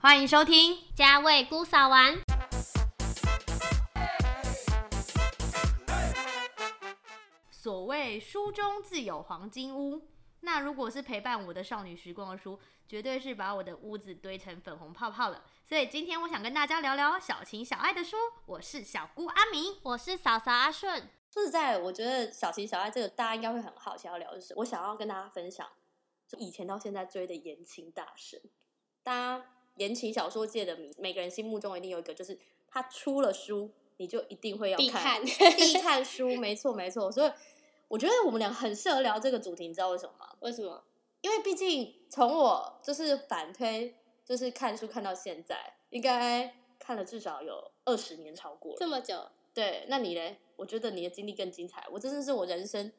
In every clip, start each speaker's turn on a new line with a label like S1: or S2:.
S1: 欢迎收听。
S2: 家味姑嫂玩。
S1: 所谓书中自有黄金屋，那如果是陪伴我的少女时光的书，绝对是把我的屋子堆成粉红泡泡了。所以今天我想跟大家聊聊小情小爱的书。我是小姑阿明，
S2: 我是嫂嫂阿顺，
S3: 说实在，我觉得小情小爱这个大家应该会很好奇要聊，就是我想要跟大家分享，就以前到现在追的言情大神。大家言情小说界的迷每个人心目中一定有一个，就是他出了书，你就一定会要
S2: 必
S3: 看
S2: 看。
S3: 必看书，没错没错。所以我觉得我们俩很适合聊这个主题，你知道为什么吗？
S2: 为什么？
S3: 因为毕竟从我就是反推，就是看书看到现在，应该看了至少有二十年超过了
S2: 这。么久？
S3: 对，那你嘞？我觉得你的经历更精彩，我真的是我人生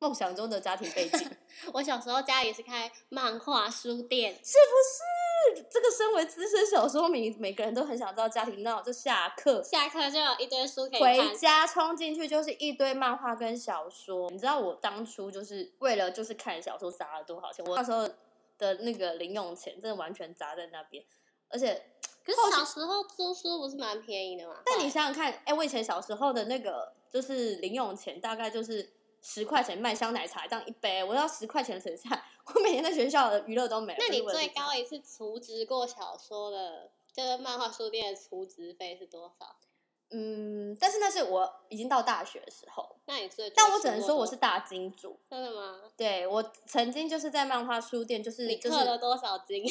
S3: 梦想中的家庭背景， 是
S2: 我小时候家里是开漫画书店，
S3: 不是？这个身为资深小说迷，每个人都很想知道家庭闹，就下课
S2: 下课就有一堆书可以
S3: 回
S2: 看。
S3: 家冲进去就是一堆漫画跟小说。你知道我当初就是为了就是看小说砸了多少钱？我那时候的那个零用钱真的完全砸在那边，而且
S2: 可是小时候租书不是蛮便宜的吗？
S3: 但你想想看，哎、我以前小时候的那个就是零用钱，大概就是十块钱麦香奶茶这样一杯，我要十块钱省下，我每天在学校的娱乐都没了。
S2: 那你
S3: 就是为了
S2: 最
S3: 这个
S2: 高一次储值过小说的，就是漫画书店的储值费是多少？
S3: 嗯，但是那是我已经到大学的时候，
S2: 那你最多
S3: 但我只能
S2: 出过
S3: 说我
S2: 多
S3: 是大金主。
S2: 真的吗？
S3: 对我曾经就是在漫画书店，就是
S2: 你
S3: 嗯就
S2: 氪了
S3: 是
S2: 多少金？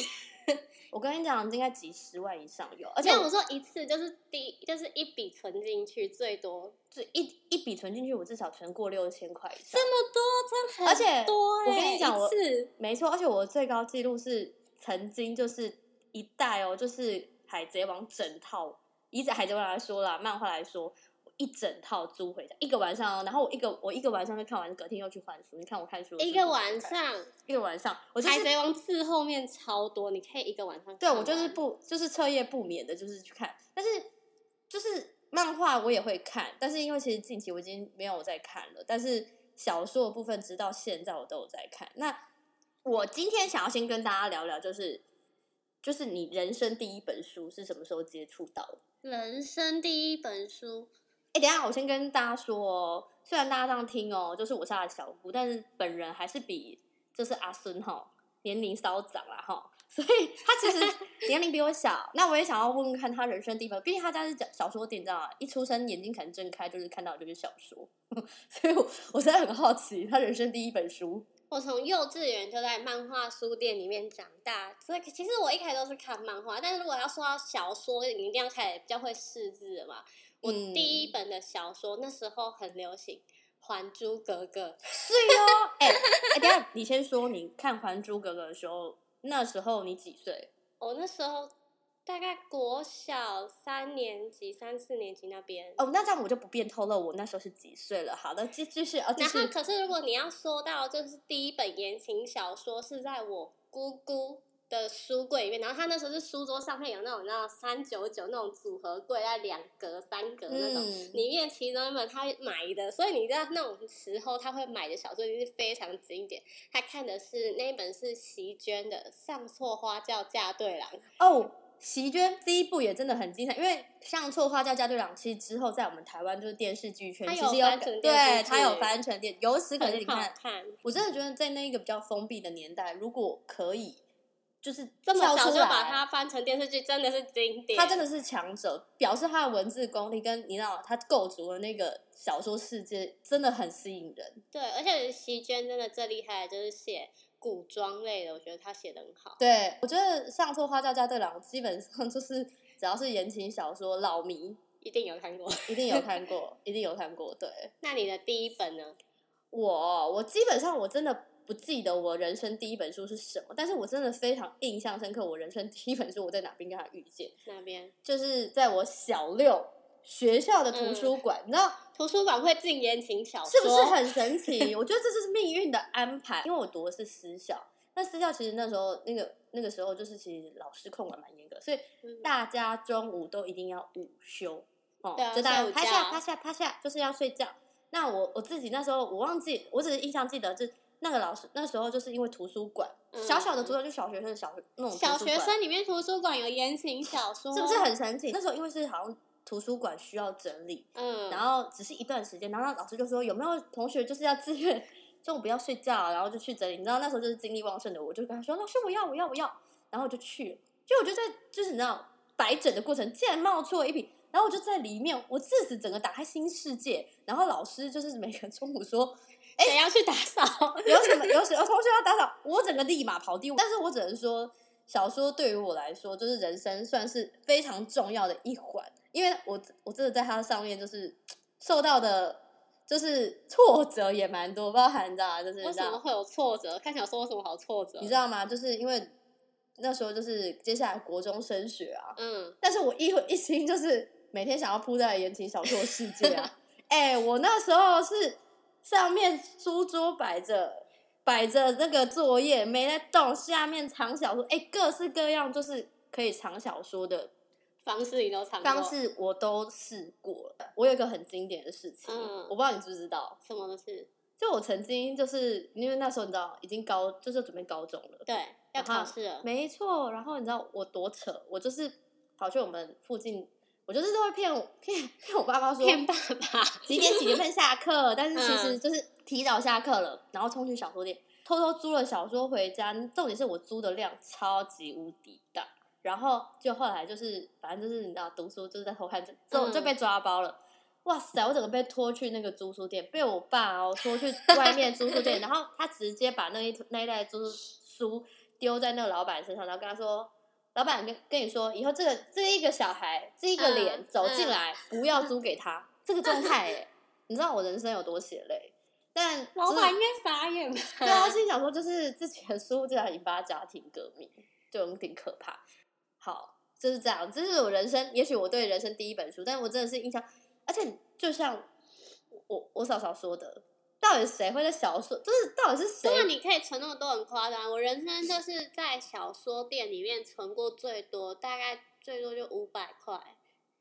S3: 我跟你讲，应该几十万以上有，而
S2: 而
S3: 且
S2: 我
S3: 我
S2: 说一次就是第一就是一笔存进去最多
S3: 就一一笔存进去，我至少存过六千块以上
S2: 这。么多，真的
S3: 而且
S2: 很多、欸。
S3: 我跟你讲
S2: 一
S3: 我
S2: 次
S3: 没错，而且我的最高纪录是曾经就是一代哦，就是《海贼王》整套，以《海贼王》来说啦，漫画来说，我一整套租回家一个晚上哦，然后我一个我一个晚上就看完，隔天又去换书。你看我看书的
S2: 一
S3: 速度
S2: 个
S3: 多
S2: 晚
S3: 快，
S2: 上，
S3: 一个晚上，我
S2: 《
S3: 就
S2: 海
S3: 是
S2: 贼王》四后面超多，你可以一个晚上看完。
S3: 对我
S2: 哦
S3: 就是不就是彻夜不眠的，就是去看，但是就是漫画我也会看，但是因为其实近期我已经没有在看了，但是小说的部分直到现在我都有在看。那我今天想要先跟大家聊聊，就是就是你人生第一本书是什么时候接触到的？
S2: 人生第一本书，
S3: 哎、等一下，我先跟大家说哦，虽然大家这样听哦，就是我是他的小姑，但是本人还是比就是阿孙哈年龄稍长啦哈，所 以他其实年龄比我小。那我也想要问问看他人生地方，毕竟他家是小小说店，你知道吗？一出生眼睛可能睁开就是看到的就是小说， 所以我我现在很好奇他人生第一本书。
S2: 我从幼稚园就在漫画书店里面长大，所以其实我一开始都是看漫画，但是如果要说到小说，你一定要开始比较会识字了嘛。我
S3: 嗯
S2: 第一本的小说那时候很流行，《还珠格格》，
S3: 对哦，哎、哎，等一下你先说，你看《还珠格格》的时候，那时候你几岁？
S2: 我那时候大概国小三年级、三四年级那边。
S3: 哦，那这样我就不便透露我那时候是几岁了。好的，继继续哦，继
S2: 然
S3: 续。
S2: 后，可是如果你要说到，就是第一本言情小说是在我姑姑的书柜里面，然后她那时候是书桌上面有那种那种三九九那种组合柜，在两格、三格那种，
S3: 嗯
S2: 里面其中一本她买的，所以你知道那种时候她会买的小说一定是非常经典。她看的是那一本是席绢的《上错花轿嫁对郎》，
S3: 哦，席绢第一部也真的很精彩，因为上错花轿嫁对郎，其实之后在我们台湾就是电视剧圈，
S2: 它
S3: 其
S2: 有
S3: 实有
S2: 翻成电
S3: 对
S2: 视
S3: 它有
S2: 剧
S3: 翻成电，由此可见，
S2: 很
S3: 你
S2: 好
S3: 看，
S2: 看。
S3: 我真的觉得在那一个比较封闭的年代，如果可以，就是
S2: 这么
S3: 跳
S2: 早
S3: 出
S2: 就把
S3: 来
S2: 它翻成电视剧，真的是经典。
S3: 他真的是强者，表示他的文字功力跟你知道他构筑的那个小说世界真的很吸引人。
S2: 对，而且席绢真的最厉害，就是写古装类的，我觉得他写的很好。
S3: 对，我觉得上错花轿嫁对郎基本上就是只要是言情小说，老迷
S2: 一定有看过。
S3: 一定有看过，一定有看过，对。
S2: 那你的第一本呢？
S3: 我我基本上我真的不记得我人生第一本书是什么，但是我真的非常印象深刻，我人生第一本书我在哪边跟他遇见，
S2: 那边
S3: 就是在我小六学校的图书馆，你知道
S2: 图书馆会进言情嗯小说，
S3: 是不是很神 奇？我觉得这就是命运的安排，因为我读的是私校，那私校其实那时候那个那个时候就是其实老师控管蛮严格，所以
S2: 嗯
S3: 大家中午都一定要午休哦
S2: 对啊，
S3: 就大
S2: 睡
S3: 家
S2: 午
S3: 趴
S2: 觉
S3: 下趴下趴下，就是要睡觉。那我我自己那时候我忘记，我只是印象记得，就是那个老师那个时候就是因为图书馆，
S2: 嗯
S3: 小小的图书馆就小学生的小学那种图
S2: 小
S3: 书
S2: 学
S3: 馆
S2: 生里哦面图书馆有言情小说，
S3: 是不是很神奇？那时候因为是好像图书馆需要整理，
S2: 嗯？
S3: 然后只是一段时间，然后那老师就说有没有同学就是要自愿中午不要睡觉，然后就去整理。你知道那时候就是精力旺盛的我，就跟他说老师我要我要我要，然后我就去了。就我就在就是你知道摆整的过程，竟然冒出了一瓶，然后我就在里面，我自此整个打开新世界。然后老师就是每个中午说
S2: 谁要去打扫？
S3: 有什么有什么同学要打扫，我整个立马跑第五。但是我只能说，小说对于我来说，就是人生算是非常重要的一环，因为我我真的在它上面就是受到的，就是挫折也蛮多，包含你知道吗？就是你
S2: 为
S3: 知
S2: 什么
S3: 道
S2: 会有挫折？看小说有什么好挫折？
S3: 你知道吗？就是因为那时候就是接下来国中升学啊，
S2: 嗯，
S3: 但是我一 一心就是每天想要扑在言情小说的世界啊。哎、我那时候是上面书桌摆着摆着那个作业没在动，下面藏小说，哎、各式各样就是可以藏小说的
S2: 方式你都尝过，
S3: 方式我都试过了。我有一个很经典的事情，
S2: 嗯
S3: 我不知道你知不知道，
S2: 什么都是
S3: 就我曾经就是因为那时候你知道已经高就是准备高中了，
S2: 对，要
S3: 然后
S2: 考试了，
S3: 没错，然后你知道我多扯，我就是跑去我们附近，我就是都会骗我骗骗我爸妈说
S2: 骗爸爸，
S3: 几点几点分下课，但是其实
S2: 嗯
S3: 就是提早下课了，然后冲去小说店偷偷租了小说回家。重点是我租的量超级无敌大，然后就后来就是反正就是你知道读书就是在偷看，就就
S2: 嗯
S3: 就被抓包了。哇塞！我整个被拖去那个租书店，被我爸哦拖去外面租书店，然后他直接把那一那一袋租书丢在那个老板身上，然后跟他说：“老板跟跟你说，以后这个这一个小孩，这一个脸
S2: 嗯
S3: 走进来，不要租给他。这个状态、欸， 你知道我人生有多血泪？但
S2: 老
S3: 就是
S2: 板应该傻眼吧？
S3: 对啊，心想说就是之前书竟然引发家庭革命，就挺可怕。好，就是这样，这是我人生，也许我对人生第一本书，但我真的是印象，而且就像我我嫂嫂说的，到底谁会在小说，就是到底是谁
S2: 真的，你可以存那么多，很夸张。我人生就是在小说店里面存过最多，大概最多就五百块。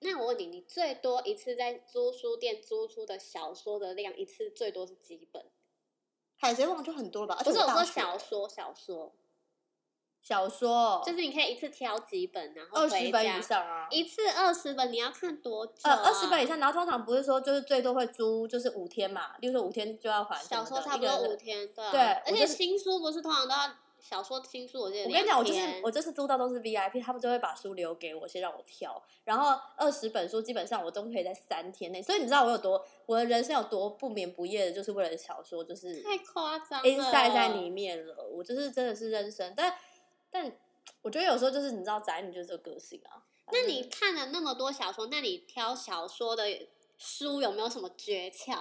S2: 那我问你，你最多一次在租书店租出的小说的量，一次最多是几本？
S3: 海贼王就很多了吧？而且
S2: 不是我
S3: 大
S2: 说
S3: 学
S2: 小说，小说
S3: 小说，
S2: 就是你可以一次挑几本，然后
S3: 二十
S2: 回家
S3: 本以上啊。
S2: 一嗯次二十本，你要看多久、啊
S3: 呃，二十本以。上，然后通常不是说就是最多会租就是五天嘛，例如说五天就要还什么
S2: 小
S3: 的。
S2: 说差
S3: 一
S2: 不
S3: 个人
S2: 多
S3: 的
S2: 五天，对啊、
S3: 对
S2: 而
S3: 我
S2: 且
S3: 就是
S2: 新书不是通常都要小说新书，我记得
S3: 我跟你讲，我就是
S2: 两天
S3: 我就是租到都是 VIP，他们就会把书留给我，先让我挑。然后二十本书基本上我都可以在三天内，所以你知道我有多我的人生有多不眠不夜的，就是为了小说，就是
S2: 太夸张了
S3: inside 在里面了。我就是真的是认生，但但我觉得有时候就是你知道宅女就是这个个性啊。
S2: 那
S3: 反正
S2: 你看了那么多小说，那你挑小说的书有没有什么诀窍？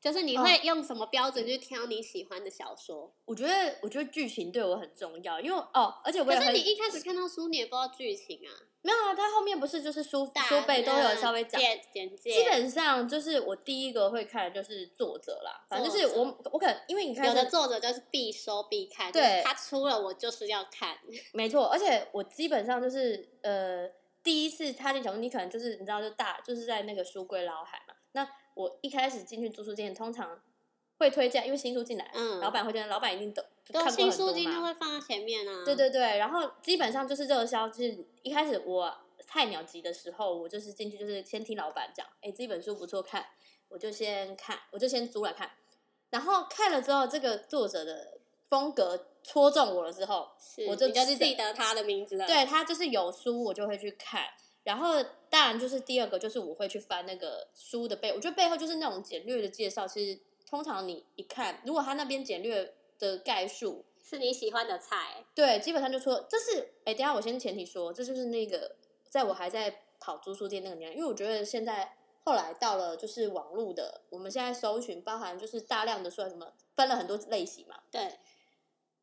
S2: 就是
S3: 哦
S2: 你会用什么标准去挑你喜欢的小说？
S3: 我觉得我觉得剧情对我很重要，因为哦，而且我
S2: 可
S3: 也
S2: 是
S3: 很
S2: 你一开始看到书，你也不知道剧情啊，
S3: 没有啊，他后面不是就是书
S2: 大
S3: 书背都有稍微讲
S2: 简简介，
S3: 基本上就是我第一个会看的就是作者啦，反正就是
S2: 作者
S3: 我我可能因为你看
S2: 有的
S3: 是
S2: 作者就是必收必看，
S3: 对
S2: 就是他出了我就是要看，
S3: 没错，而且我基本上就是呃第一次插进小说，你可能就是你知道就大就是在那个书柜捞海嘛。那我一开始进去租书店，通常会推荐，因为新书进来，
S2: 嗯
S3: 老板会推荐，老板一定懂，就
S2: 都
S3: 看过
S2: 新
S3: 很
S2: 书
S3: 多
S2: 今天
S3: 嘛。
S2: 会放在前面啊。
S3: 对，对对，然后基本上就是热销，就是一开始我菜鸟级的时候，我就是进去就是先听老板讲，哎，这本书不错看，我就先看，我就先租来看。然后看了之后，这个作者的风格戳中我了之后，
S2: 是
S3: 我就
S2: 你就
S3: 记得
S2: 记得他的名字了。
S3: 对，他就是有书我就会去看，然后当然就是第二个就是我会去翻那个书的背，我觉得背后就是那种简略的介绍。其实通常你一看，如果他那边简略的概述，
S2: 是你喜欢的菜，
S3: 对，基本上就说这是哎，等一下我先前提说，这就是那个在我还在跑租书店那个年代，因为我觉得现在后来到了就是网络的，我们现在搜寻包含就是大量的算什么分了很多类型嘛，
S2: 对，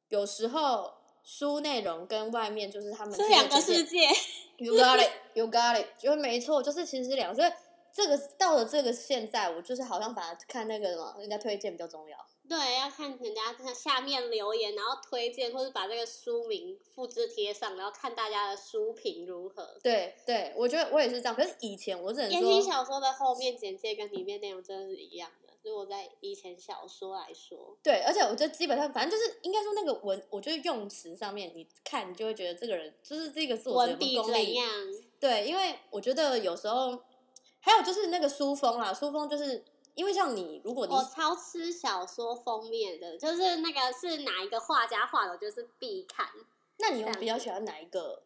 S3: 有时候书内容跟外面就是他们
S2: 这
S3: 贴的
S2: 两
S3: 简
S2: 个
S3: 介
S2: 世界，
S3: You got it, you got it，就是没错，就是其实是两个，所以这个到了这个现在，我就是好像反而看那个什么人家推荐比较重要。
S2: 对，要看人家看下面留言，然后推荐或者把这个书名复制贴上，然后看大家的书评如何。
S3: 对对，我觉得我也是这样，可是以前我只能
S2: 言情
S3: 说，
S2: 小说的后面简介跟里面内容真的是一样的，如果在以前小说来说，
S3: 对，而且我觉得基本上，反正就是应该说那个文，我觉得用词上面，你看你就会觉得这个人就是这个作者
S2: 文
S3: 有没
S2: 笔
S3: 有功
S2: 怎
S3: 力。
S2: 样？
S3: 对，因为我觉得有时候还有就是那个书风啦，书风就是因为像你，如果你
S2: 我超吃小说封面的，就是那个是哪一个画家画的，我就是必看。
S3: 那你
S2: 这
S3: 有
S2: 样
S3: 比较
S2: 子
S3: 喜欢哪一个？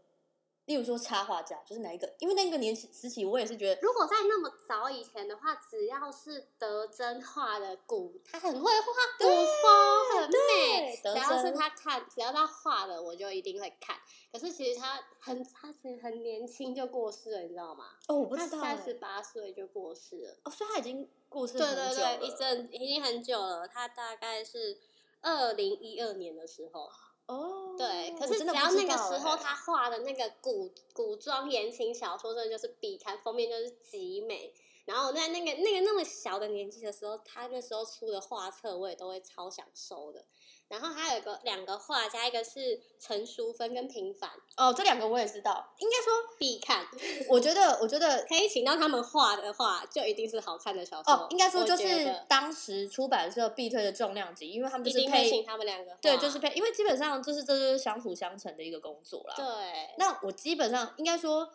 S3: 例如说插画家，就是哪一个？因为那个年纪时期，我也是觉得
S2: 如果在那么早以前的话，只要是德珍画的古，他很会画古风，很美。
S3: 对，
S2: 只
S3: 德
S2: 要是
S3: 珍，
S2: 他看，只要他画的，我就一定会看。可是其实他很，他其实很年轻就过世了，你知道吗？
S3: 哦，我不
S2: 他
S3: 知道
S2: 三
S3: 欸，
S2: 十八岁就过世了。
S3: 哦，所以他已经过世
S2: 对
S3: 很
S2: 对
S3: 久
S2: 对，一
S3: 了
S2: 阵已经很久了。他大概是二零一二年的时候，
S3: 哦，
S2: 对。可
S3: 我
S2: 是只
S3: 真的不
S2: 要
S3: 知
S2: 那个
S3: 道
S2: 时候
S3: 欸
S2: 他画的那个古古装言情小说，真的就是必看，封面就是极美。然后在那个那个那么小的年纪的时候，他那时候出的画册，我也都会超想收的。然后还有一个两个画家，一个是陈淑芬跟平凡，
S3: 哦，这两个我也知道，应该说，
S2: 必看。
S3: 我觉得，我觉得
S2: 可以请到他们画的话，就一定是好看的小说。
S3: 哦，应该说
S2: 我
S3: 就
S2: 觉
S3: 是
S2: 得
S3: 当时出版社必推的重量级，因为他们
S2: 一
S3: 就是
S2: 定会请
S3: 配，
S2: 他们两个画。
S3: 对，就是配，因为基本上就是这就是相辅相成的一个工作啦。
S2: 对，
S3: 那我基本上应该说，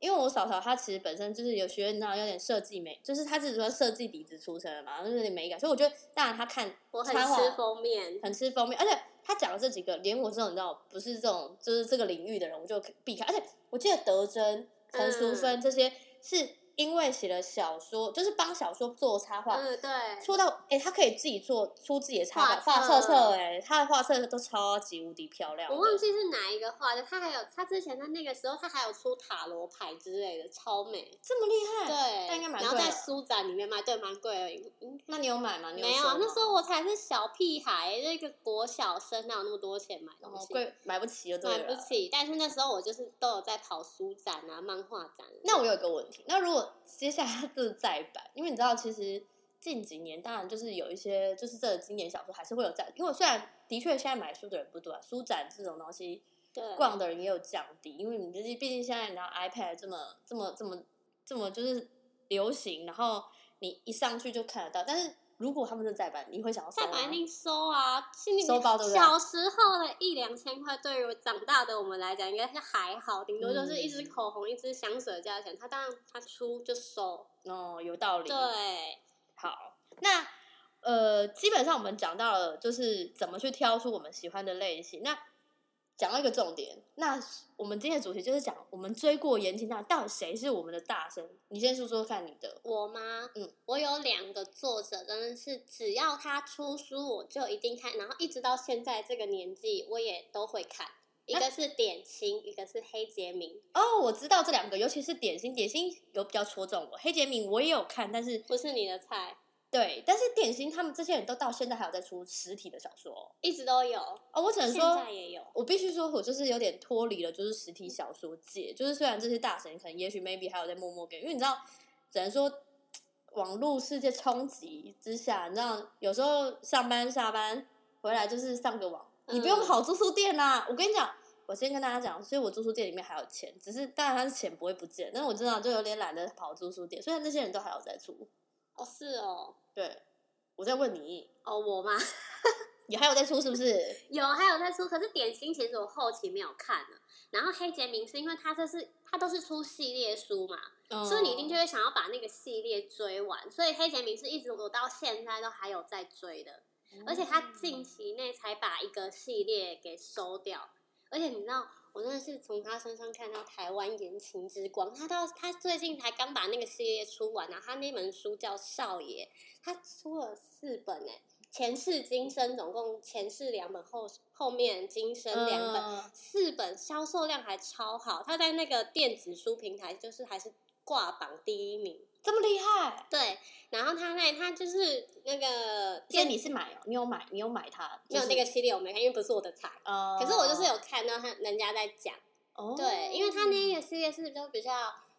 S3: 因为我嫂嫂她其实本身就是有学，你知道有点设计美，就是她只说设计底子出身的嘛，就是有点美感，所以我觉得当然她看
S2: 我很
S3: 插画
S2: 吃封面，
S3: 很吃封面，而且她讲的这几个，连我这种你知道不是这种就是这个领域的人，我就避开。而且我记得德珍、陈
S2: 嗯
S3: 淑芬这些是因为写了小说，就是帮小说做插画。
S2: 嗯，对，
S3: 出到哎、她可以自己做出自己的插画画
S2: 画
S3: 册
S2: 册
S3: 册哎，她的画册都超级无敌漂亮的。
S2: 我忘记是哪一个画的，他还有他之前在那个时候，他还有出塔罗牌之类的，超美。
S3: 这么厉害，
S2: 对，
S3: 但应该蛮
S2: 然后
S3: 贵
S2: 在
S3: 的
S2: 书展里面卖，对，蛮贵的。嗯，
S3: 那你有买吗？你
S2: 没有
S3: 收
S2: 啊，那
S3: 吗
S2: 时候我才是小屁孩，那个国小生哪有那么多钱买东
S3: 哦，
S2: 西？
S3: 贵买不起就对
S2: 买
S3: 了。
S2: 不起，但是那时候我就是都有在跑书展啊、漫画展。
S3: 那我有一个问题，那如果接下来它这再版，因为你知道，其实近几年当然就是有一些就是这个经典小说还是会有再，因为虽然的确现在买书的人不多、啊，书展这种东西
S2: 对，
S3: 逛的人也有降低，因为你就是毕竟现在你知道 iPad 这么这么这么这么就是流行，然后你一上去就看得到，但是如果他们是再版，你会想要收
S2: 再
S3: 吗
S2: 买一定收啊，心里
S3: 收包对不对
S2: 小时候的一两千块，对于我长大的我们来讲，应该是还好，顶多就是一支
S3: 嗯
S2: 口红、一支香水的价钱。他当然他出就收，
S3: 哦，有道理。
S2: 对，
S3: 好，那呃，基本上我们讲到了，就是怎么去挑出我们喜欢的类型。那讲到一个重点，那我们今天的主题就是讲我们追过言情大，到底谁是我们的大神？你先说说看你的。
S2: 我妈，
S3: 嗯，
S2: 我有两个作者，真的是只要他出书，我就一定看，然后一直到现在这个年纪，我也都会看。一个是点心，一个是黑杰明，
S3: 哦，我知道这两个，尤其是点心，点心有比较戳中我。黑杰明我也有看，但是
S2: 不是你的菜，
S3: 对，但是点心他们这些人都到现在还有在出实体的小说哦。
S2: 一直都有，
S3: 哦我只能
S2: 现
S3: 说，
S2: 在也有。
S3: 我必须说，我就是有点脱离了，就是实体小说界。就是虽然这些大神可能也许 maybe 还有在默默给，因为你知道，只能说网络世界冲击之下，你知道有时候上班下班回来就是上个网，你不用
S2: 嗯
S3: 跑住宿店啦、我跟你讲，我先跟大家讲，所以我住宿店里面还有钱，只是当然他是钱不会不见，但是我真的就有点懒得跑住宿店。虽然那些人都还有在住，
S2: 哦，是哦，
S3: 对我在问你，
S2: 哦，我妈。
S3: 你还有在出是不是？
S2: 有，还有在出，可是点心其实我后期没有看了。然后黑杰明是因为他这是他都是出系列书嘛，所以你一定就会想要把那个系列追完。所以黑杰明是一直我到现在都还有在追的，
S3: 嗯，
S2: 而且他近期内才把一个系列给收掉。而且你知道，我真的是从他身上看到台湾言情之光。他到他最近才刚把那个系列出完然后他那本书叫《少爷》，他出了四本哎、前世今生总共前世两本，后后面今生两本，
S3: 嗯
S2: 四本销售量还超好。他在那个电子书平台就是还是挂榜第一名。
S3: 这么厉害。
S2: 对，然后他那他就是那个
S3: 所以
S2: 电
S3: 你是买哦，你有买，你有买它，
S2: 没有那个系哦列我没看，因为不是我的菜。
S3: 呃，
S2: 可是我就是有看到他人家在讲，
S3: 哦，
S2: 对，因为他那一个系列是比较比较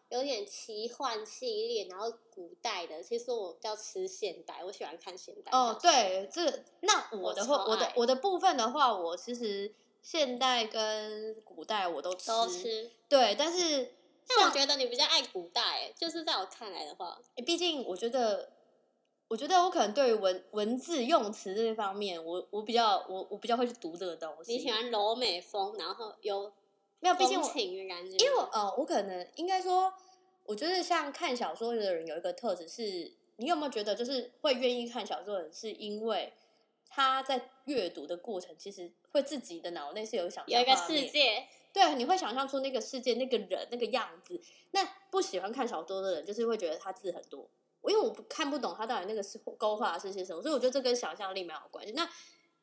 S2: 有点奇幻系列，然后古代的。其实我比较吃现代，我喜欢看现代。
S3: 哦，，对，这那我
S2: 我
S3: 的话，
S2: 超
S3: 我的
S2: 爱
S3: 我的部分的话，我其实现代跟古代我都吃，
S2: 都吃。
S3: 对，但是
S2: 但我觉得你比较爱古代、欸，就是在我看来的话，
S3: 毕竟我觉得我觉得我可能对于文文字用词这方面，我我比较我我比较会去读这个东西。
S2: 你喜欢柔美风，然后有
S3: 没有？毕竟
S2: 风
S3: 我
S2: 情的感觉吗，
S3: 因为我呃，我可能应该说，我觉得像看小说的人有一个特质是，你有没有觉得就是会愿意看小说的人，是因为他在阅读的过程，其实会自己的脑内是有想象
S2: 有一个
S3: 画
S2: 世
S3: 面，
S2: 界，
S3: 对，你会想象出那个世界、那个人、那个样子。那不喜欢看小说的人，就是会觉得他字很多，因为我不看不懂他到底那个是勾画的是些什么，所以我觉得这跟想象力蛮有关系。那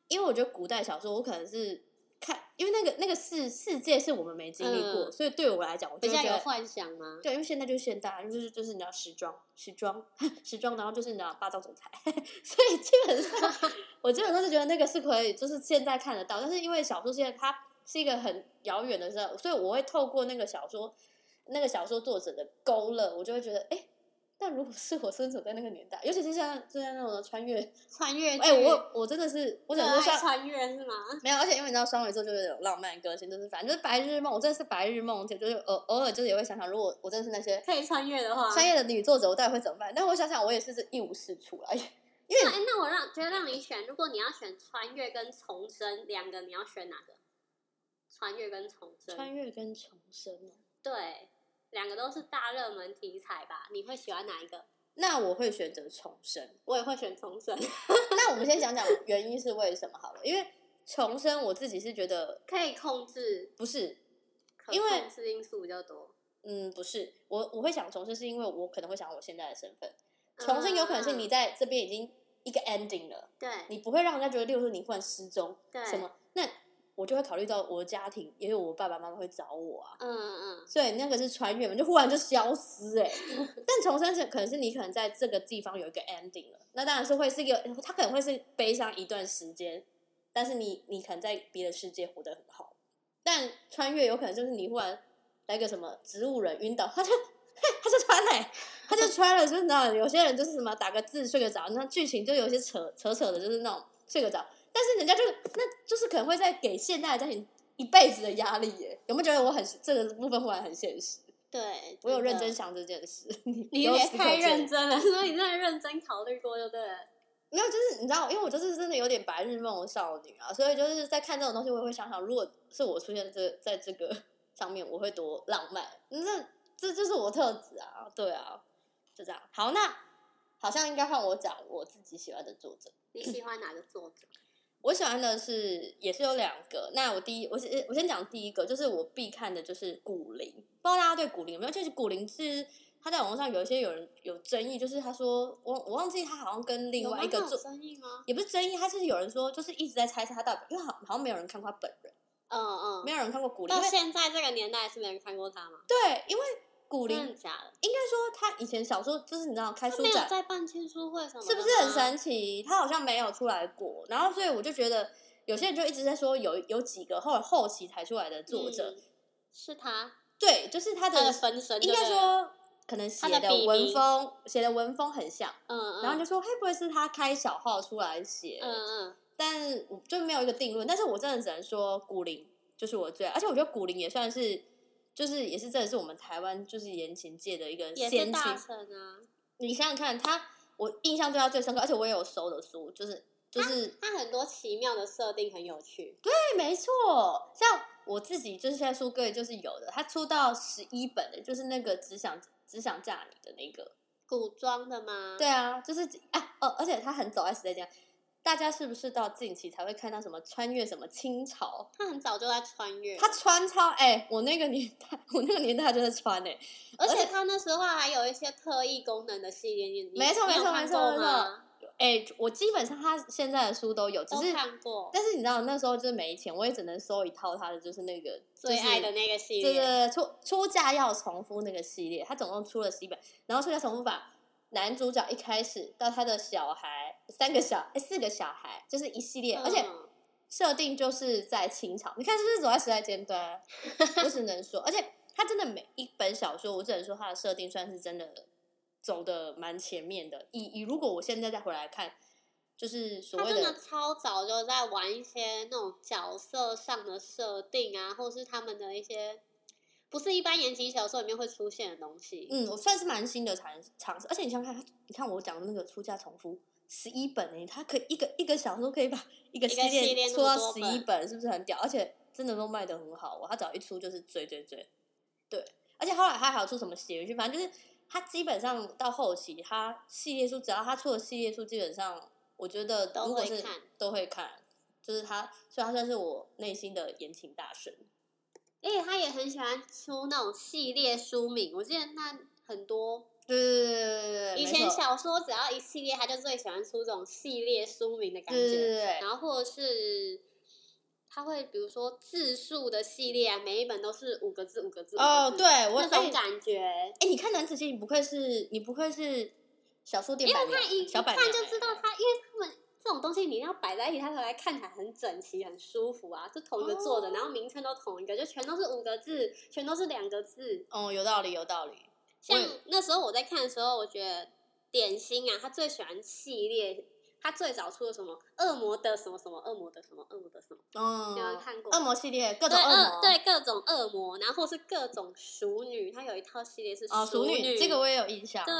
S3: 因为我觉得古代小说，我可能是看，因为那个那个世世界是我们没经历过，
S2: 嗯
S3: 所以对我来讲，我
S2: 比
S3: 就会
S2: 较
S3: 觉
S2: 有
S3: 得。
S2: 幻想吗？
S3: 对，因为现在就是现代，就是就是你知道时装，时装，时装，然后就是你知道霸道总裁， 所以基本上我基本上是觉得那个是可以，就是现在看得到，但是因为小说现在它是一个很遥远的事，所以我会透过那个小说，那个小说作者的勾勒，我就会觉得，哎、那如果是我身处在那个年代，尤其是像就像那种穿越，
S2: 穿越剧，
S3: 哎、我我真的是，我
S2: 我
S3: 想说像
S2: 啊穿越是吗？
S3: 没有，而且因为你知道双鱼座就是有浪漫个性，就是反正就是白日梦，我真的是白日梦，且就是偶偶尔就是也会想想，如果我真的是那些
S2: 可以穿越的话，
S3: 商业的女作者，我到底会怎么办？但我想想，我也是一无是处 了。因
S2: 那、哎那我让觉得让你选，如果你要选穿越跟重生两个，你要选哪个？穿越跟重生，
S3: 越跟重生哦，
S2: 对，两个都是大热门题材吧？你会喜欢哪一个？
S3: 那我会选择重生。
S2: 我也会选重生，
S3: 那我们先讲讲原因是为什么好了，因为重生我自己是觉得
S2: 可以控制，
S3: 不是，
S2: 可
S3: 因为
S2: 控制因素比较多。
S3: 嗯，不是，我我会想重生是因为我可能会想我现在的身份，重生有可能
S2: 啊
S3: 是你在这边已经一个 ending 了，
S2: 嗯对
S3: 你不会让人家觉得，例如说你忽然失踪
S2: 对
S3: 什么，那我就会考虑到我的家庭，也有我爸爸妈妈会找我啊，
S2: 嗯嗯，
S3: 所以那个是穿越嘛，就忽然就消失哎、 但重生是可能是你可能在这个地方有一个 ending 了，那当然是会是一个，它可能会是悲伤一段时间，但是你你可能在别的世界活得很好。但穿越有可能就是你忽然来个什么植物人晕倒， 他就他就穿嘞、他就穿了，就是那种有些人就是什么打个字睡个着，那剧情就有些扯扯扯的，就是那种睡个着。但是人家就那就是可能会在给现代的家庭一辈子的压力耶，有没有觉得我很这个部分忽然很现实？
S2: 对，
S3: 我有认
S2: 真
S3: 真
S2: 的，
S3: 想这件事，
S2: 你
S3: 由
S2: 也
S3: 此可
S2: 太
S3: 见
S2: 认真了，所以你真的认真考虑过就对了。
S3: 没有，就是你知道，因为我就是真的有点白日梦少女啊，所以就是在看这种东西，我也会想想，如果是我出现这在这个 上面，我会多浪漫。嗯这这就是我的特质啊，对啊，就这样。好，那好像应该换我讲我自己喜欢的作者。
S2: 你喜欢哪个作者？
S3: 我喜欢的是也是有两个。那我第一，我先我先讲第一个，就是我必看的就是古灵，不知道大家对古灵有没有？就是古灵是他在网络上有一些有人有争议，就是他说我我忘记他好像跟另外一个作
S2: 生意吗？
S3: 也不是争议，他就是有人说就是一直在猜测他到底，因为好好像没有人看过他本人，
S2: 嗯嗯，
S3: 没有人看过古灵，
S2: 到
S3: 因为
S2: 现在这个年代是没人看过他吗？
S3: 对，因为古灵
S2: 真的假的？
S3: 应该说他以前小时候就是你知道开
S2: 嗯他
S3: 书
S2: 没有
S3: 展，
S2: 在办签书会什么的吗？
S3: 是不是很神奇？他好像没有出来过，然后所以我就觉得有些人就一直在说有有几个后后期才出来的作者。
S2: 嗯是他，
S3: 对，就是他的
S2: 他的分身
S3: 应该
S2: 对不对，
S3: 说可能写
S2: 他的笔
S3: 文
S2: 名
S3: 风写的文风很像，
S2: 嗯嗯，
S3: 然后就说会不会是他开小号出来写？
S2: 嗯嗯，
S3: 但我就没有一个定论。但是我真的只能说古灵就是我最爱，而且我觉得古灵也算是。就是也是真的是我们台湾就是言情界的一个
S2: 也
S3: 先
S2: 是
S3: 驱，
S2: 大神啊，
S3: 你想想看他，我印象对他最深刻，而且我也有收的书，就是就是
S2: 他很多奇妙的设定很有趣，
S3: 对，没错，像我自己就是现在书柜就是有的，它出到十一本的，就是那个只想只想嫁你的那个。
S2: 古装的吗？
S3: 对，啊，就是啊哦，而且它很早在时代讲，大家是不是到近期才会看到什么穿越什么清朝？
S2: 他很早就在穿越，
S3: 他穿超哎、我那个年代，我那个年代就在穿哎、
S2: 而
S3: 而且
S2: 且他那时候还有一些特异功能的系列，你你
S3: 没错
S2: 你
S3: 没
S2: 有
S3: 错
S2: 看
S3: 没错
S2: 过
S3: 没错
S2: 吗
S3: 哎、我基本上他现在的书都有，只
S2: 都
S3: 是
S2: 看过，
S3: 但是你知道那时候就是没钱，我也只能收一套他的，就是那个
S2: 最爱的
S3: 那。
S2: 那个系
S3: 对对
S2: 列，
S3: 对，出出嫁要重复那个系列，它总共出了十一本，然后出嫁重复把男主角一开始到他的小孩三个小哎四个小孩，就是一系列，而且
S2: 嗯
S3: 设定就是在清朝，你看是不是走在时代尖端？ 我只能说，而且它真的每一本小说，我只能说它的设定算是真的走的蛮前面的。以以如果我现在再回来看，就是所
S2: 他
S3: 谓
S2: 真的超早就在玩一些那种角色上的设定啊，或是他们的一些，不是一般言情小说里面会出现的东西。
S3: 嗯，我算是蛮新的尝尝试，而且你想想看，你看我讲的那个出价重复十一本诶、它可以一个一个小说可以把一个
S2: 一
S3: 系
S2: 个系列
S3: 出到
S2: 那么多
S3: 十一
S2: 本
S3: 本，是不是很屌？而且真的都卖的很好，我它只要一出就是追追追，对。而且后来它还有出什么写剧，反正就是它基本上到后期，它系列书只要它出的系列书，基本上我觉得
S2: 都
S3: 如果
S2: 会
S3: 是
S2: 看
S3: 都会看，就是它，所以它算是我内心的言情大神。
S2: 而且他也很喜欢出那种系列书名，我记得那很多
S3: 对对对对对对，
S2: 以
S3: 没
S2: 前
S3: 错
S2: 小说只要一系列，他就最喜欢出这种系列书名的感
S3: 对对对
S2: 觉。
S3: 对，
S2: 然后或者是他会比如说字数的系列啊，每一本都是五个字五个字。五个
S3: 哦，
S2: 字
S3: 对我
S2: 那
S3: 哎
S2: 种感觉。
S3: 哎、你看男子气，你不愧是你不愧是小说店
S2: 因
S3: 板
S2: 为
S3: 娘
S2: 他
S3: 欸，
S2: 一
S3: 小板
S2: 看
S3: 娘
S2: 就
S3: 欸
S2: 知道他，因为他们这种东西你一定要摆在一起，它才来看起来很整齐、很舒服啊。就同一个作者，
S3: 哦
S2: 然后名称都同一个，就全都是五个字，全都是两个字。
S3: 哦，有道理，有道理。
S2: 像
S3: 也
S2: 那时候我在看的时候，我觉得点心啊，他最喜欢系列。他最早出的什么恶魔的什么什么恶魔的什么恶魔的什么，
S3: 嗯，
S2: 你有没有看过
S3: 恶魔系列各
S2: 对
S3: 种恶
S2: 恶
S3: 魔，
S2: 对各种恶魔，然后或是各种熟女，他有一套系列是
S3: 哦，熟
S2: 女，
S3: 女这个我也有印象。
S2: 对，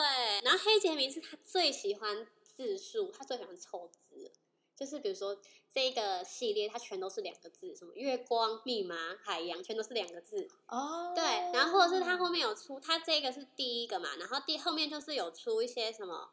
S2: 然后黑杰明是他最喜欢字数，他最喜欢凑字，就是比如说这个系列，它全都是两个字，什么月光、密码、海洋，全都是两个字。
S3: 哦，
S2: 对，然后或者是他后面有出，他这个是第一个嘛，然后第后面就是有出一些什么，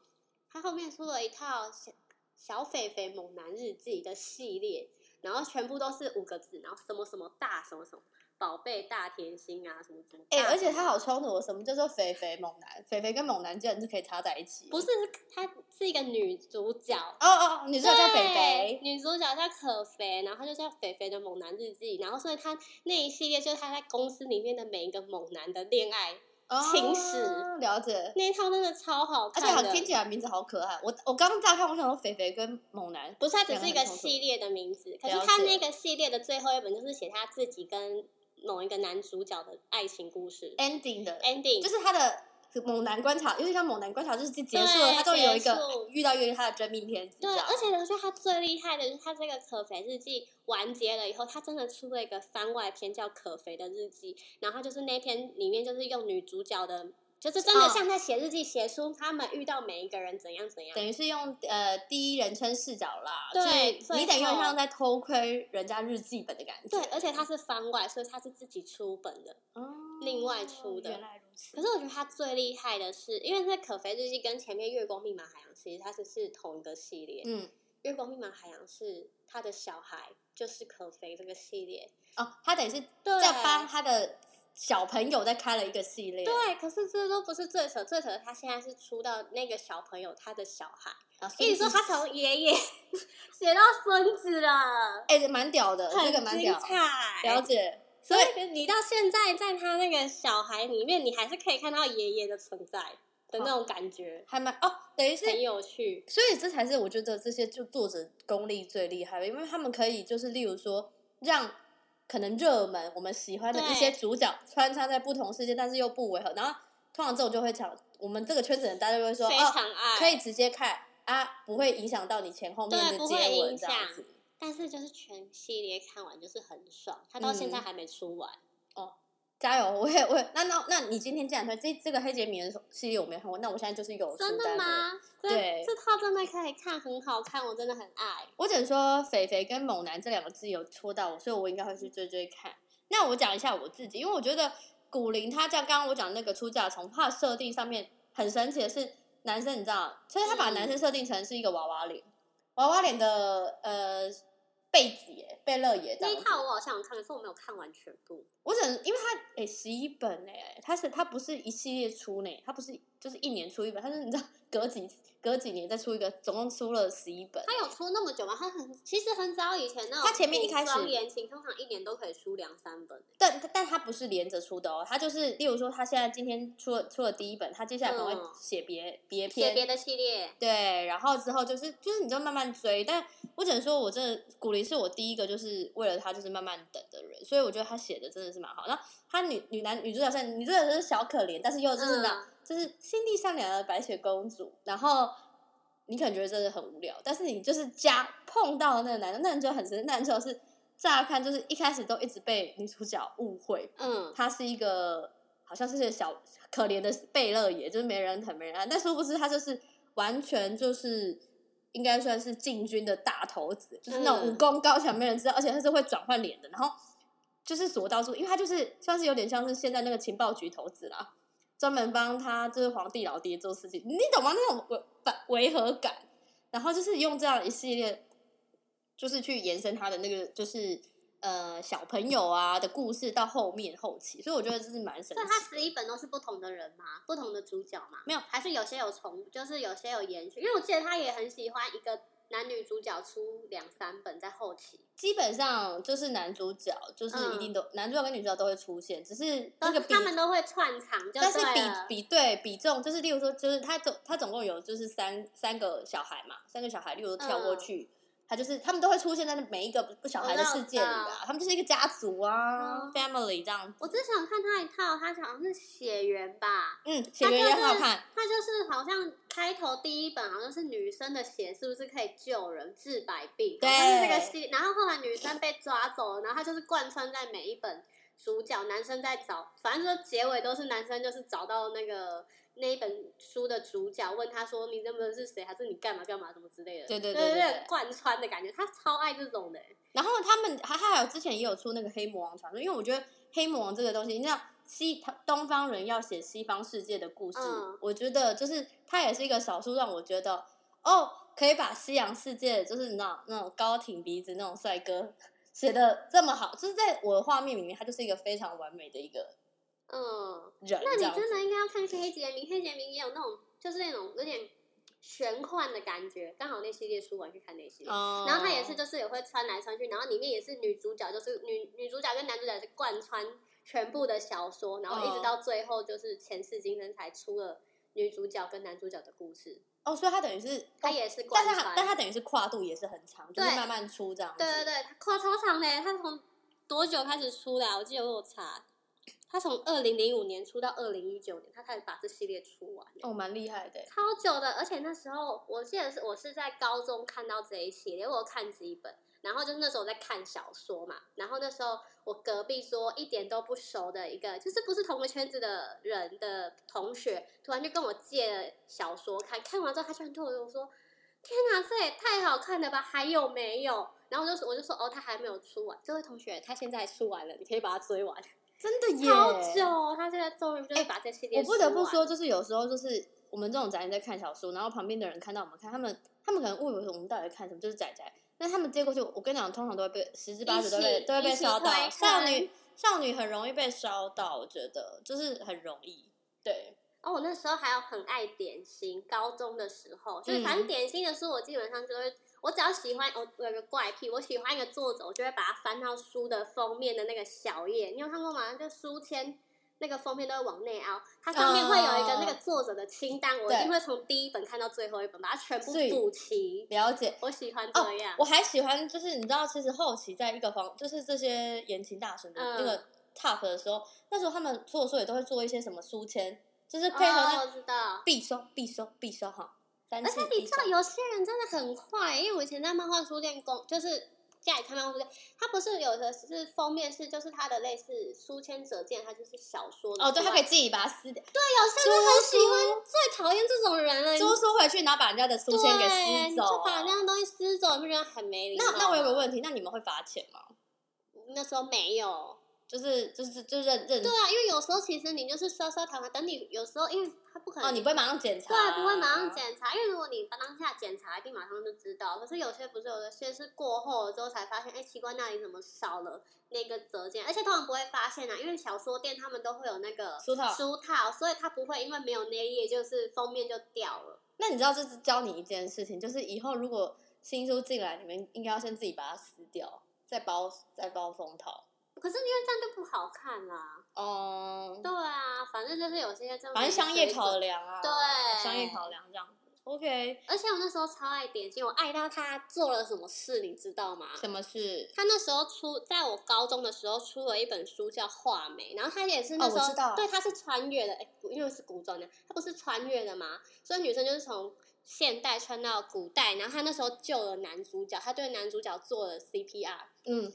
S2: 他后面出了一套小小肥肥猛男日记的系列，然后全部都是五个字，然后什么什么大什么什么宝贝大甜心啊，什么什么大
S3: 哎、
S2: 什么。
S3: 而且他好冲突，哦什么叫做肥肥猛男？肥肥跟猛男竟然是可以插在一起。
S2: 不是，她是一个女主角，
S3: 哦哦，你知道叫肥
S2: 对
S3: 肥？
S2: 女主角叫可肥，然后她就叫肥肥的猛男日记，然后所以她那一系列就是她在公司里面的每一个猛男的恋爱
S3: 哦
S2: 情史
S3: 了解。
S2: 那一套，真的超好
S3: 而且
S2: 看
S3: 好
S2: 的。
S3: 听起来名字好可爱，我我刚刚乍看我想说肥肥跟猛男，
S2: 不是，它只是一个
S3: 两个很冲突
S2: 系列的名字，可是
S3: 了
S2: 她
S3: 解
S2: 那个系列的最后一本就是写她自己跟某一个男主角的爱情故事
S3: ending 的
S2: ending，
S3: 哎就是他的猛男观察，有点像猛男观察，就是结束了，
S2: 对
S3: 他终于有一
S2: 结
S3: 个
S2: 束
S3: 遇到一个他的真命天子这
S2: 对，
S3: 样。
S2: 而且我觉得他最厉害的就是他这个可肥日记完结了以后，他真的出了一个番外篇叫《可肥的日记》，然后他就是那篇里面就是用女主角的，就是真的
S3: 嗯
S2: 像在写日记写出他们遇到每一个人怎样怎样。
S3: 等于是用呃第一人称视角啦，
S2: 对
S3: 所以你
S2: 最
S3: 等于有点
S2: 后
S3: 像在偷窥人家日记本的感觉。
S2: 对，而且他是番外，所以他是自己出本的。
S3: 哦
S2: 另外出的
S3: 原来如此。
S2: 可是我觉得他最厉害的是，因为那可肥日记跟前面月光密码海洋其实它是是同一个系列。
S3: 嗯，
S2: 月光密码海洋是他的小孩，就是可肥这个系列。
S3: 哦，他等于是
S2: 对
S3: 在帮他的小朋友在开了一个系列，
S2: 对，可是这都不是最扯，最扯的他现在是出到那个小朋友他的小孩，
S3: 啊，
S2: 意
S3: 所
S2: 思说他从爷爷 写到孙子了，
S3: 哎蛮屌的，这个
S2: 很
S3: 蛮
S2: 精
S3: 屌，了
S2: 彩。
S3: 解。
S2: 所以你到现在在他那个小孩里面，你还是可以看到爷爷的存在的那种感觉，
S3: 还蛮哦，等于是
S2: 很有趣。
S3: 所以这才是我觉得这些就作者功力最厉害的，因为他们可以就是例如说让可能热门我们喜欢的一些
S2: 对
S3: 主角穿插在不同世界，但是又不违和。然后通常这种就会讲，我们这个圈子的人大家就会说
S2: 非
S3: 哦，
S2: 常爱，
S3: 可以直接看啊，不会影响到你前后面
S2: 对
S3: 的
S2: 不
S3: 结
S2: 会
S3: 尾
S2: 影
S3: 这样
S2: 响
S3: 子。
S2: 但是就是全系列看完就是很爽，他到现
S3: 嗯
S2: 在还没出完。
S3: 加油！我也我也那那那你今天既然说这这个黑杰米的系列我没看过，那我现在就是有
S2: 真
S3: 书单
S2: 的？吗？这
S3: 对
S2: 这套真的可以看，很好看，我真的很爱。
S3: 我只能说“肥肥”跟“猛男”这两个字有戳到我，所以我应该会去追追看。那我讲一下我自己，因为我觉得古灵他像刚刚我讲那个出嫁从他的设定上面很神奇的是，男生你知道，其实他把
S2: 嗯
S3: 男生设定成是一个娃娃脸，娃娃脸的呃贝子耶、贝勒爷这
S2: 那
S3: 样
S2: 一
S3: 子。
S2: 套我好像有看，可是我没有看完全部。
S3: 我只能因为他诶十一本诶，他是他不是一系列出呢，他不是就是一年出一本，他是你知道隔几隔几年再出一个，总共出了十一本。
S2: 他有出那么久吗？他很其实很早以前那种
S3: 他前面一开始
S2: 古装言情，通常一年都可以出两三本。欸
S3: 但但他不是连着出的哦，他就是例如说，他现在今天出了出了第一本，他接下来可能会
S2: 嗯
S3: 写别、别
S2: 写
S3: 篇，
S2: 别的系列，
S3: 对，然后之后就是就是你就慢慢追，但我只能说，我真的古灵是我第一个就是为了他就是慢慢等的人，所以我觉得他写的真的是蛮好。然后他女女男女主角虽然女主角就是小可怜，但是又就是那种、
S2: 嗯
S3: 就是心地善良的白雪公主，然后。你可能觉得真的很无聊，但是你就是加碰到那个男的，那人就很神，那人就是乍看就是一开始都一直被女主角误会，
S2: 嗯，
S3: 她是一个好像是个小可怜的贝勒爷，就是没人疼没人爱，但殊不知她就是完全就是应该算是禁军的大头子，就是那种
S2: 嗯
S3: 武功高强没人知道，而且她是会转换脸的，然后就是所到处，因为她就是算是有点像是现在那个情报局头子啦，专门帮他就是皇帝老爹做事情，你懂吗？那种违反违和感，然后就是用这样一系列，就是去延伸他的那个就是呃小朋友啊的故事到后面后期，所以我觉得这是蛮神
S2: 所以他
S3: 奇。
S2: 十一本都是不同的人嘛，不同的主角嘛，
S3: 没有
S2: 还是有些有重，就是有些有延续，因为我记得他也很喜欢一个男女主角出两三本在后期，
S3: 基本上就是男主角就是一定都、男主角跟女主角都会出现，只是那个比
S2: 嗯哦他们都会串场就对
S3: 但
S2: 了，
S3: 是比比对比重，就是例如说，就是他总他总共有就是三三个小孩嘛，三个小孩，例如说跳过
S2: 嗯
S3: 去，他就是他们都会出现在那每一个小
S2: 我
S3: 孩
S2: 知
S3: 的
S2: 道
S3: 世
S2: 我知
S3: 界里
S2: 道
S3: 啊，他们就是一个家族啊、
S2: 嗯
S3: f a m i l y 这样子。
S2: 我之前有看他一套，他好像是血缘吧，
S3: 嗯，写原也很好看，
S2: 他就是好像开头第一本好像是女生的血是不是可以救人治百病，
S3: 对
S2: 好像是这个戏。然后后来女生被抓走了，然后他就是贯穿在每一本主角，男生在找，反正就结尾都是男生就是找到那个那一本书的主角，问他说你认不认识谁，还是你干嘛干嘛什么之类的。
S3: 对对
S2: 对
S3: 对对对
S2: 对，贯穿的感觉，他超爱这种的、欸
S3: 然后他们还还有之前也有出那个黑魔王传说，因为我觉得黑魔王这个东西，你知道西他东方人要写西方世界的故事，
S2: 嗯
S3: 我觉得就是他也是一个少数让我觉得哦，可以把西洋世界就是你知道那种高挺鼻子那种帅哥写的这么好，就是在我的画面里面，他就是一个非常完美的一个
S2: 嗯。
S3: 人。
S2: 那
S3: 这样
S2: 你
S3: 子
S2: 真的应该要看《黑杰明》，《黑杰明》也有那种就是那种有点玄幻的感觉。刚好那系列书我去看那系列，
S3: 哦，
S2: 然后它也是就是也会穿来穿去，然后里面也是女主角就是女女主角跟男主角是贯穿全部的小说，然后一
S3: 哦
S2: 直到最后就是前世今生才出了女主角跟男主角的故事，
S3: 哦，所以他等于是
S2: 它也是贯
S3: 但是他
S2: 穿。
S3: 但他等于是跨度也是很长，就是
S2: 对
S3: 慢慢出这样子。
S2: 对对对，它跨超长的，它从多久开始出的啊、我记得我有查。他从二零零五年出到二零一九年，他才把这系列出完。欸
S3: 哦，蛮厉害的。
S2: 超久的，而且那时候我记得是我是在高中看到这一系列，我有看几本，然后就是那时候我在看小说嘛，然后那时候我隔壁桌一点都不熟的一个，就是不是同个圈子的人的同学，突然就跟我借了小说看，看完之后他居然对我说：“天哪，这也太好看了吧，还有没有？”然后我就说我就说：“哦，他还没有出完，这位同学他现在出完了，你可以把它追完。”
S3: 真的耶，
S2: 超久哦，他现在终于就是
S3: 哎
S2: 把这系列、
S3: 我不得不说，，就是有时候就是我们这种宅人在看小说，然后旁边的人看到我们看，他们他们可能误以为我们到底在看什么，就是宅宅。但他们接过去，我跟你讲，通常都会被十之八九都
S2: 一
S3: 被
S2: 起
S3: 都会被
S2: 一起
S3: 烧到。
S2: 推
S3: 少
S2: 坑
S3: 女少女很容易被烧到，我觉得就是很容易。对，
S2: 哦，我那时候还有很爱点心，高中的时候，就是反
S3: 嗯
S2: 正点心的书，我基本上就会，我只要喜欢，我我有个怪癖，我喜欢一个作者，我就会把它翻到书的封面的那个小页，你有看过吗？就书签。那个封面都会往内凹，它上面会有一个那个
S3: 哦
S2: 作者的清单，我
S3: 对
S2: 一定会从第一本看到最后一本，把它全部
S3: 所以
S2: 补齐。
S3: 了解。
S2: 我喜欢
S3: 哦
S2: 这样，
S3: 我还喜欢，就是你知道，其实后期在一个方，就是这些言情大神的那
S2: 嗯
S3: 个 top 的时候，那时候他们做书也都会做一些什么书签，就是配合
S2: 哦，
S3: 那
S2: 我知道。
S3: 必收、必收、必收哈。而
S2: 而且你知道，有些人真的很坏，因为我以前在漫画书店工，就是家里看漫画书店，它不是有的是封面是就是它的类似书签折件，它就是小说的哎
S3: 哦，对，他可以
S2: 对，啊
S3: 自己把它撕掉，
S2: 有些人很喜
S3: 租
S2: 欢，最讨厌这种人了。你
S3: 租书回去，然后把人家的书签给
S2: 对，
S3: 撕
S2: 你
S3: 走。啊
S2: 就把那样东西撕走，你不觉得很没礼貌
S3: 那
S2: 吗？
S3: 那我有个问题，那你们会罚钱吗？
S2: 那时候没有。
S3: 就是就是就认认
S2: 对啊，因为有时候其实你就是刷刷糖啊，等你有时候因为他不可能
S3: 哦，你不会马上检查？
S2: 对，啊不会马
S3: 啊
S2: 上。检查，因为如果你当下检查，一定马上就知道。可是有些不是，有些是过后了之后才发现，哎，奇怪，那里怎么少了那个折件？而且通常不会发现啊，因为小说店他们都会有那个
S3: 书套
S2: 书套，所以它不会因为没有那一页，就是封面就掉了。
S3: 那你知道，就是教你一件事情，就是以后如果新书进来，你们应该要先自己把它撕掉，再包再包封套。
S2: 可是因为这样就不好看啦。
S3: 嗯，
S2: 对啊，反正就是有些这样，
S3: 反正商业考。量啊，
S2: 对
S3: 商业考量这样子。OK，
S2: 而且我那时候超爱点心，我爱到他做了什么事，你知道吗？
S3: 什么是？
S2: 他那时候出，在我高中的时候出了一本书叫《画眉》，然后他也是那时
S3: 哦
S2: 候、
S3: 我知道
S2: 对，他是穿越的，哎、因为是古装的，他不是穿越的嘛，所以女生就是从现代穿到古代，然后他那时候救了男主角，他对男主角做了 CPR，
S3: 嗯，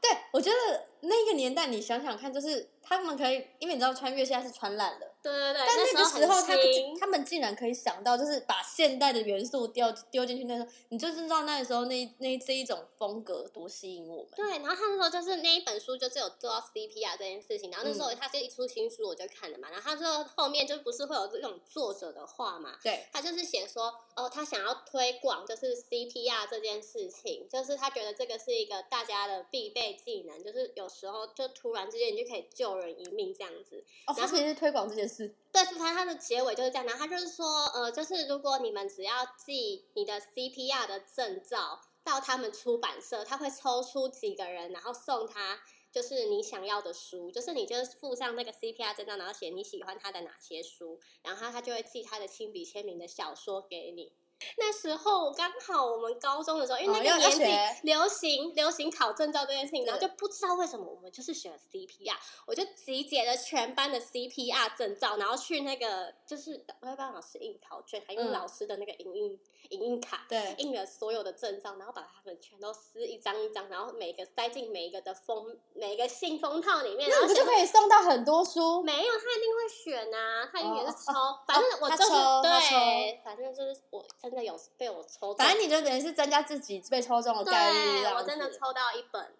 S3: 对，我觉得那个年代，你想想看，就是他们可以，因为你知道穿越现在是传染了，
S2: 对对对，
S3: 但那个时
S2: 时
S3: 候
S2: 候
S3: 他
S2: 很
S3: 们
S2: 新
S3: 竟他们竟然可以想到，就是把现代的元素丢丢进去，那时候你就是知道那时候那一那这一种风格多吸引我们。
S2: 对，然后他那时候就是那一本书就是有做到 CPR 这件事情，然后那
S3: 嗯
S2: 时候他就一出新书我就看了嘛，然后他就后面就不是会有这种作者的话嘛，
S3: 对，
S2: 他就是写说，哦，他想要推广就是 CPR 这件事情，就是他觉得这个是一个大家的必备技能，就是有时候就突然之间你就可以救人一命这样子。
S3: 哦，他
S2: 然后
S3: 其实是推广这件事，
S2: 对，就他他的结尾就是这样，然后他就是说，呃，就是如果你们只要寄你的 CPR 的证照到他们出版社，他会抽出几个人，然后送他就是你想要的书，就是你就是附上那个 CPR 证照，然后写你喜欢他的哪些书，然后他就会寄他的亲笔签名的小说给你。那时候刚好我们高中的时候，因为
S3: 哦
S2: 那
S3: 要
S2: 个
S3: 要学
S2: 年纪流行、流行考证照这件事情，然后就
S3: 对
S2: 不知道为什么我们就是选了 CPR，我就集结了全班的 CPR 证照，然后去那个就是外班老师印考卷，还用
S3: 嗯
S2: 老师的那个影印影印卡，
S3: 对，
S2: 印了所有的证照，然后把它们全都撕一张一张，然后每个塞进每一个的封每一个信封套里面，然
S3: 那你
S2: 后
S3: 不
S2: 写
S3: 就可以送到很多书？
S2: 没有，他一定会选呐、他一定也是
S3: 哦
S2: 抽，反正我
S3: 他
S2: 就是、
S3: 抽他
S2: 对，反正就是我真的有被我抽中，
S3: 反正你就等于是增加自己被抽中的概率，这啊
S2: 对
S3: 样
S2: 我真的
S3: 子
S2: 抽到一本，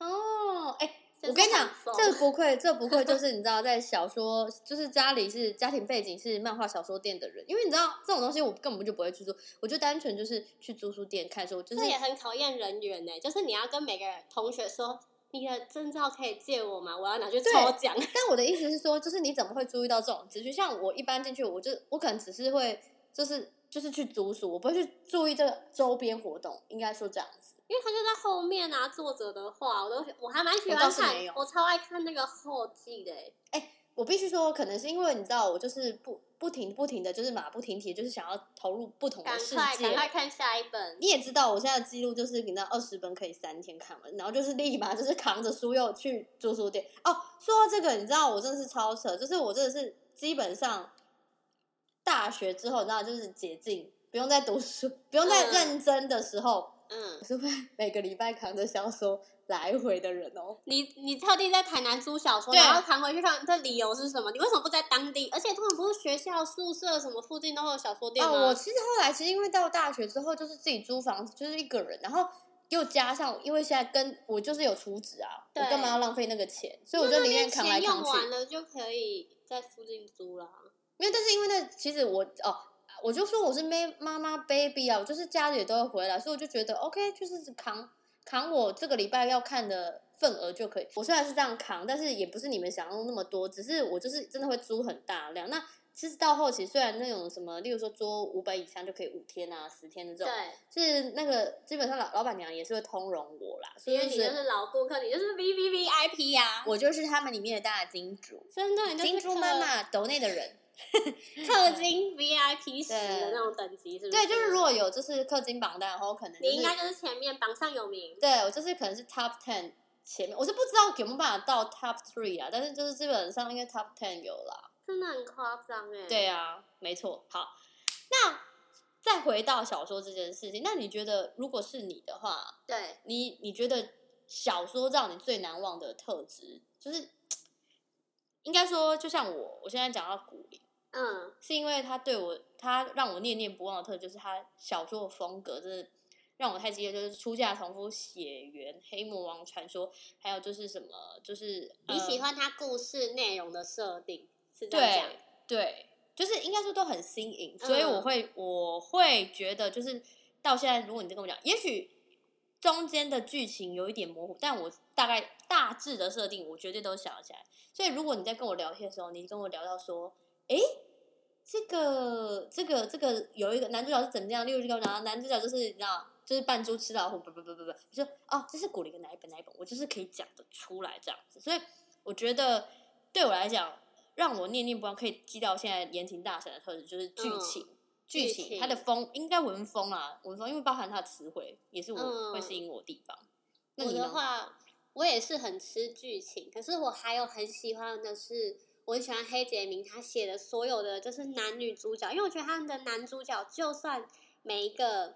S3: 哦，哎、
S2: 真
S3: 我跟
S2: 是
S3: 你讲
S2: 很，疯
S3: 这不愧，这不愧就是你知道，在小 说，就是家里是家庭背景是漫画小说店的人，因为你知道这种东西我根本就不会去做，我就单纯就是去租书店看书，就是
S2: 这也很考验人缘呢、就是你要跟每个人同学说。你的证照可以借我吗？我要拿去抽
S3: 对
S2: 奖。
S3: 但我的意思是说，就是你怎么会注意到这种资讯？像我一般进去，我就我可能只是会就是就是去租书，我不会去注意这个周边活动，应该说这样子。
S2: 因为他就在后面啊，作者的话我都我还蛮喜
S3: 我倒
S2: 欢
S3: 是
S2: 看
S3: 没有，
S2: 我超爱看那个后记的、欸。
S3: 我必须说，可能是因为你知道，我就是不不停不停的就是马不停蹄，就是想要投入不同
S2: 赶
S3: 的世
S2: 快
S3: 界
S2: 赶。快看下一本，
S3: 你也知道，我现在的记录就是，你知道二十本可以三天看完，然后就是立马就是扛着书又去租书店。哦，说到这个，你知道我真的是超扯，就是我真的是基本上大学之后，你知道就是解禁，不用再读书，不用再
S2: 嗯
S3: 认真的时候，
S2: 嗯，
S3: 每个礼拜扛着小说来回的人哦。
S2: 你你特地在台南租小说，
S3: 对
S2: 然后扛回去看，这理由是什么？你为什么不在当地？而且他们不是学校宿舍什么附近都会有小说店吗？
S3: 哦，我其实后来其实因为到大学之后，就是自己租房子，就是一个人，然后又加上因为现在跟我就是有储值啊，我
S2: 对
S3: 干嘛要浪费那个钱？所以我
S2: 那
S3: 就宁愿
S2: 边
S3: 扛来
S2: 钱用
S3: 扛去。
S2: 完了就可以在附近租了。
S3: 没有，但是因为那其实我哦，我就说我是妹妈妈 baby 啊，我就是家里都会回来，所以我就觉得 OK，就是扛扛我这个礼拜要看的份额就可以。我虽然是这样扛，但是也不是你们想象中那么多，只是我就是真的会租很大量。那其实到后期，虽然那种什么，例如说租五本以上就可以五天啊、十天的这
S2: 对
S3: 种，，就是那个基本上老老板娘也是会通融我啦，所以
S2: 因为你
S3: 就
S2: 就是是老顾客，你就是 V V V I P 呀、
S3: 我就是他们里面的大金主，
S2: 真的，你就是
S3: 金
S2: 氪
S3: 主妈妈抖内的人。
S2: 氪金 V I P 十的
S3: 对
S2: 那种等级，是不是？
S3: 对，就是如果有就是氪金榜单，然后可能、就是、
S2: 你应该就是前面榜上有名。
S3: 对我就是可能是 top ten 前面，我是不知道有没有办法到 top three 啊，但是就是基本上应该 top ten 有啦。
S2: 真的很夸张哎。
S3: 对啊，没错。好，那再回到小说这件事情，那你觉得如果是你的话，
S2: 对，
S3: 你你觉得小说让你最难忘的特质，就是应该说，就像我，我现在讲到古灵，
S2: 嗯，
S3: 是因为他对我，他让我念念不忘的特质就是他小说的风格，真的让我太激烈，就是出嫁同夫、血缘、黑魔王传说，还有就是什么，就是
S2: 你喜、欢它故事内容的设定是这样
S3: 呃对对，就是应该说都很新颖，所以
S2: 嗯
S3: 我会、我会觉得就是到现在，如果你再跟我讲，也许中间的剧情有一点模糊，但我大概大致的设定，我绝对都想得起来。所以如果你在跟我聊天的时候，你跟我聊到说，诶，这个这个这个有一个男主角是怎么样，例如这个男男主角就是你知道，就是扮猪吃老虎，不不不不不，我说哦，这是古灵的哪一本哪一本，我就是可以讲得出来这样子。所以我觉得对我来讲，让我念念不忘，可以记到现在言情大神的特质就是剧
S2: 嗯
S3: 情。剧
S2: 剧
S3: 情，
S2: 情
S3: 它的风应该文风啊，文风，因为包含它的词汇，也是我
S2: 嗯
S3: 会吸引我的地方。那
S2: 讲。我
S3: 你
S2: 的
S3: 呢？
S2: 话，我也是很吃剧情，可是我还有很喜欢的是。我很喜欢黑杰明他写的所有的就是男女主角，因为我觉得他们的男主角就算每一个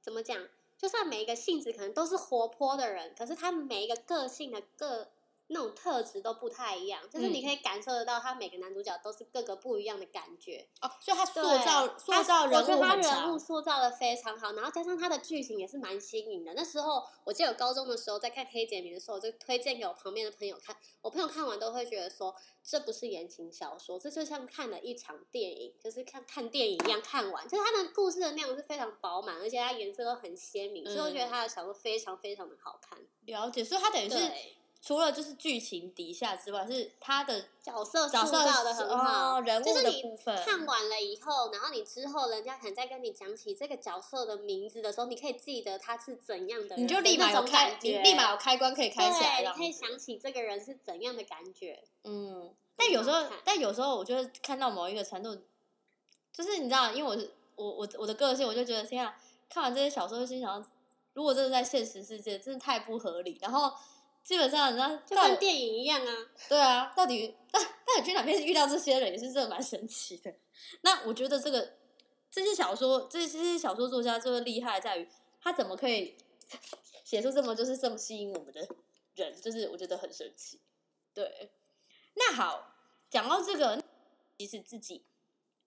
S2: 怎么讲，就算每一个性子可能都是活泼的人，可是他们每一个个性的个那种特质都不太一样，就是
S3: 嗯
S2: 你可以感受得到，他每个男主角都是各个不一样的感觉。
S3: 哦，所以他
S2: 对
S3: 塑造塑造
S2: 他
S3: 人
S2: 我觉
S3: 物
S2: 得他
S3: 很
S2: 人
S3: 强
S2: 物，塑造的非常好，然后加上他的剧情也是蛮新颖的。那时候我记得我高中的时候在看《黑杰明》的时候，我就推荐给我旁边的朋友看，我朋友看完都会觉得说这不是言情小说，这就像看了一场电影，就是看看电影一样看完。就是它的故事的内容是非常饱满，而且它颜色都很鲜明，所以我觉得他的小说非常非常的好看。
S3: 了解，所以他等于嗯是
S2: 对，
S3: 除了就是剧情底下之外，是他的
S2: 角色
S3: 角
S2: 哦塑
S3: 色
S2: 造的很好，
S3: 哦、人物
S2: 就是
S3: 的
S2: 你
S3: 部分。
S2: 看完了以后，然后你之后人家可能在跟你讲起这个角色的名字的时候，你可以记得他是怎样的人，
S3: 你就立马
S2: 那
S3: 有
S2: 种
S3: 开
S2: 感，
S3: 你
S2: 觉，
S3: 立马有开关可以开起来
S2: 对，
S3: 了
S2: 你。可以想起这个人是怎样的感觉。
S3: 嗯，但有时候
S2: 很好看，
S3: 但有时候，我就会看到某一个程度，就是你知道，因为我是我我我的个性，我就觉得天啊，看完这些小说，就心想到，如果真的在现实世界，真的太不合理。然后基本上，你知道，
S2: 就
S3: 到
S2: 跟
S3: 底
S2: 电影一样啊，
S3: 对啊，到底到到底去哪边遇到这些人，也是真的蛮神奇的。那我觉得这个这些小说，这这些小说作家就是厉害在于他怎么可以写出这么就是这么吸引我们的人，就是我觉得很神奇。对，那好，讲到这个，其实自己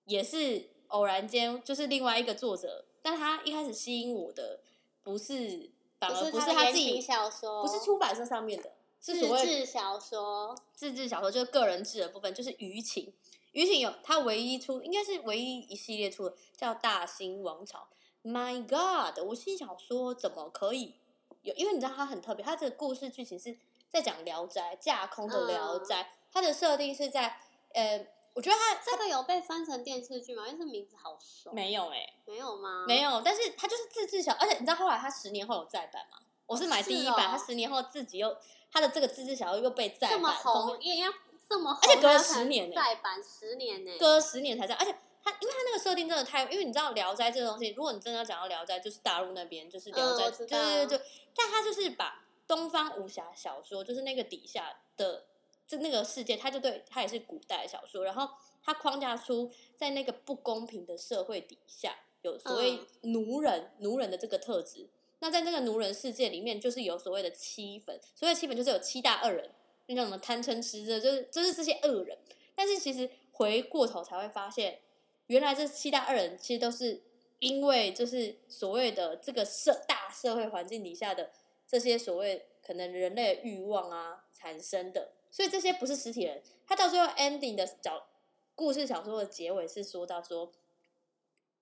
S3: 也是偶然间，就是另外一个作者，但他一开始吸引我的不是，反而
S2: 是
S3: 不
S2: 他
S3: 是
S2: 的
S3: 他
S2: 言
S3: 自己
S2: 情，小说，
S3: 不是出版社上面的，是
S2: 自
S3: 所谓
S2: 制小说，
S3: 自制小说，就是个人制的部分，就是舆情。舆情有它唯一出，应该是唯一一系列出的叫《大兴王朝》。My God！我心想说，怎么可以有？因为你知道它很特别，它这个故事剧情是在讲《聊斋》架空的《聊
S2: 嗯
S3: 斋》它的设定是在呃，我觉得它
S2: 这个有被翻成电视剧吗？因为这名字好熟，
S3: 没有哎、
S2: 没有欸吗？
S3: 没有，但是它就是自制小，而且你知道后来它十年后有再版吗？我是买
S2: 是
S3: 第一版，
S2: 哦
S3: 它十年后自己又它的这个自制小说又被再
S2: 这
S3: 版，
S2: 么
S3: 封面
S2: 红，也要这么红，
S3: 而且隔了
S2: 还有可能
S3: 10年呢
S2: 再版十年呢，
S3: 隔十年才这样，而且他因为他那个设定真的太，因为你知道《聊斋》这个东西，如果你真的要讲到《聊斋》，就是大陆那边就是《聊
S2: 嗯
S3: 斋
S2: 我》
S3: 对
S2: 知道
S3: 对对对，但他就是把东方武侠小说，就是那个底下的就那个世界，他就对他也是古代小说，然后他框架出在那个不公平的社会底下，有所谓
S2: 嗯
S3: 奴人、奴人的这个特质。那在那个奴人世界里面，就是有所谓的七粉，所谓的七粉就是有七大恶人，那叫什么贪嗔痴这就是就是这些恶人。但是其实回过头才会发现，原来这七大恶人其实都是因为就是所谓的这个社大社会环境底下的这些所谓可能人类的欲望啊产生的，所以这些不是实体人。他到最后 ending 的小故事小说的结尾是说到说，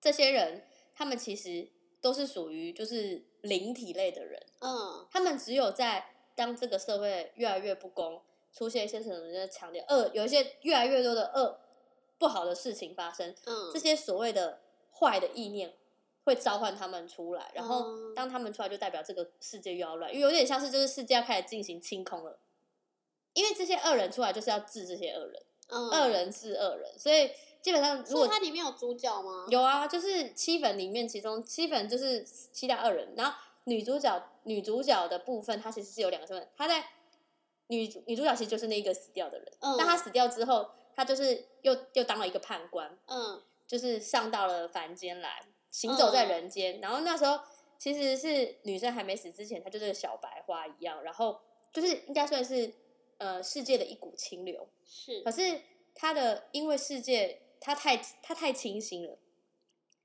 S3: 这些人他们其实都是属于就是灵体类的人，
S2: 嗯，
S3: 他们只有在当这个社会越来越不公，出现一些什么就是强烈恶，有一些越来越多的恶不好的事情发生，
S2: 嗯
S3: 这些所谓的坏的意念会召唤他们出来，然后
S2: 嗯
S3: 当他们出来，就代表这个世界又要乱，因为有点像是就是世界要开始进行清空了。因为这些恶人出来就是要治这些恶人，
S2: 嗯
S3: 恶人治恶人，所以基本上如
S2: 所
S3: 果
S2: 以它里面有主角吗？
S3: 有啊，就是七粉里面，其中七粉就是七大恶人，然后女主角女主角的部分，她其实是有两个身份，她在女主女主角其实就是那一个死掉的人，
S2: 嗯
S3: 但她死掉之后，她就是又又当了一个判官，
S2: 嗯
S3: 就是上到了凡间来，行走在人间。然后那时候其实是女生还没死之前，她就是个小白花一样，然后就是应该算是呃世界的一股清流，
S2: 是
S3: 可是他的因为世界他太他太清醒了，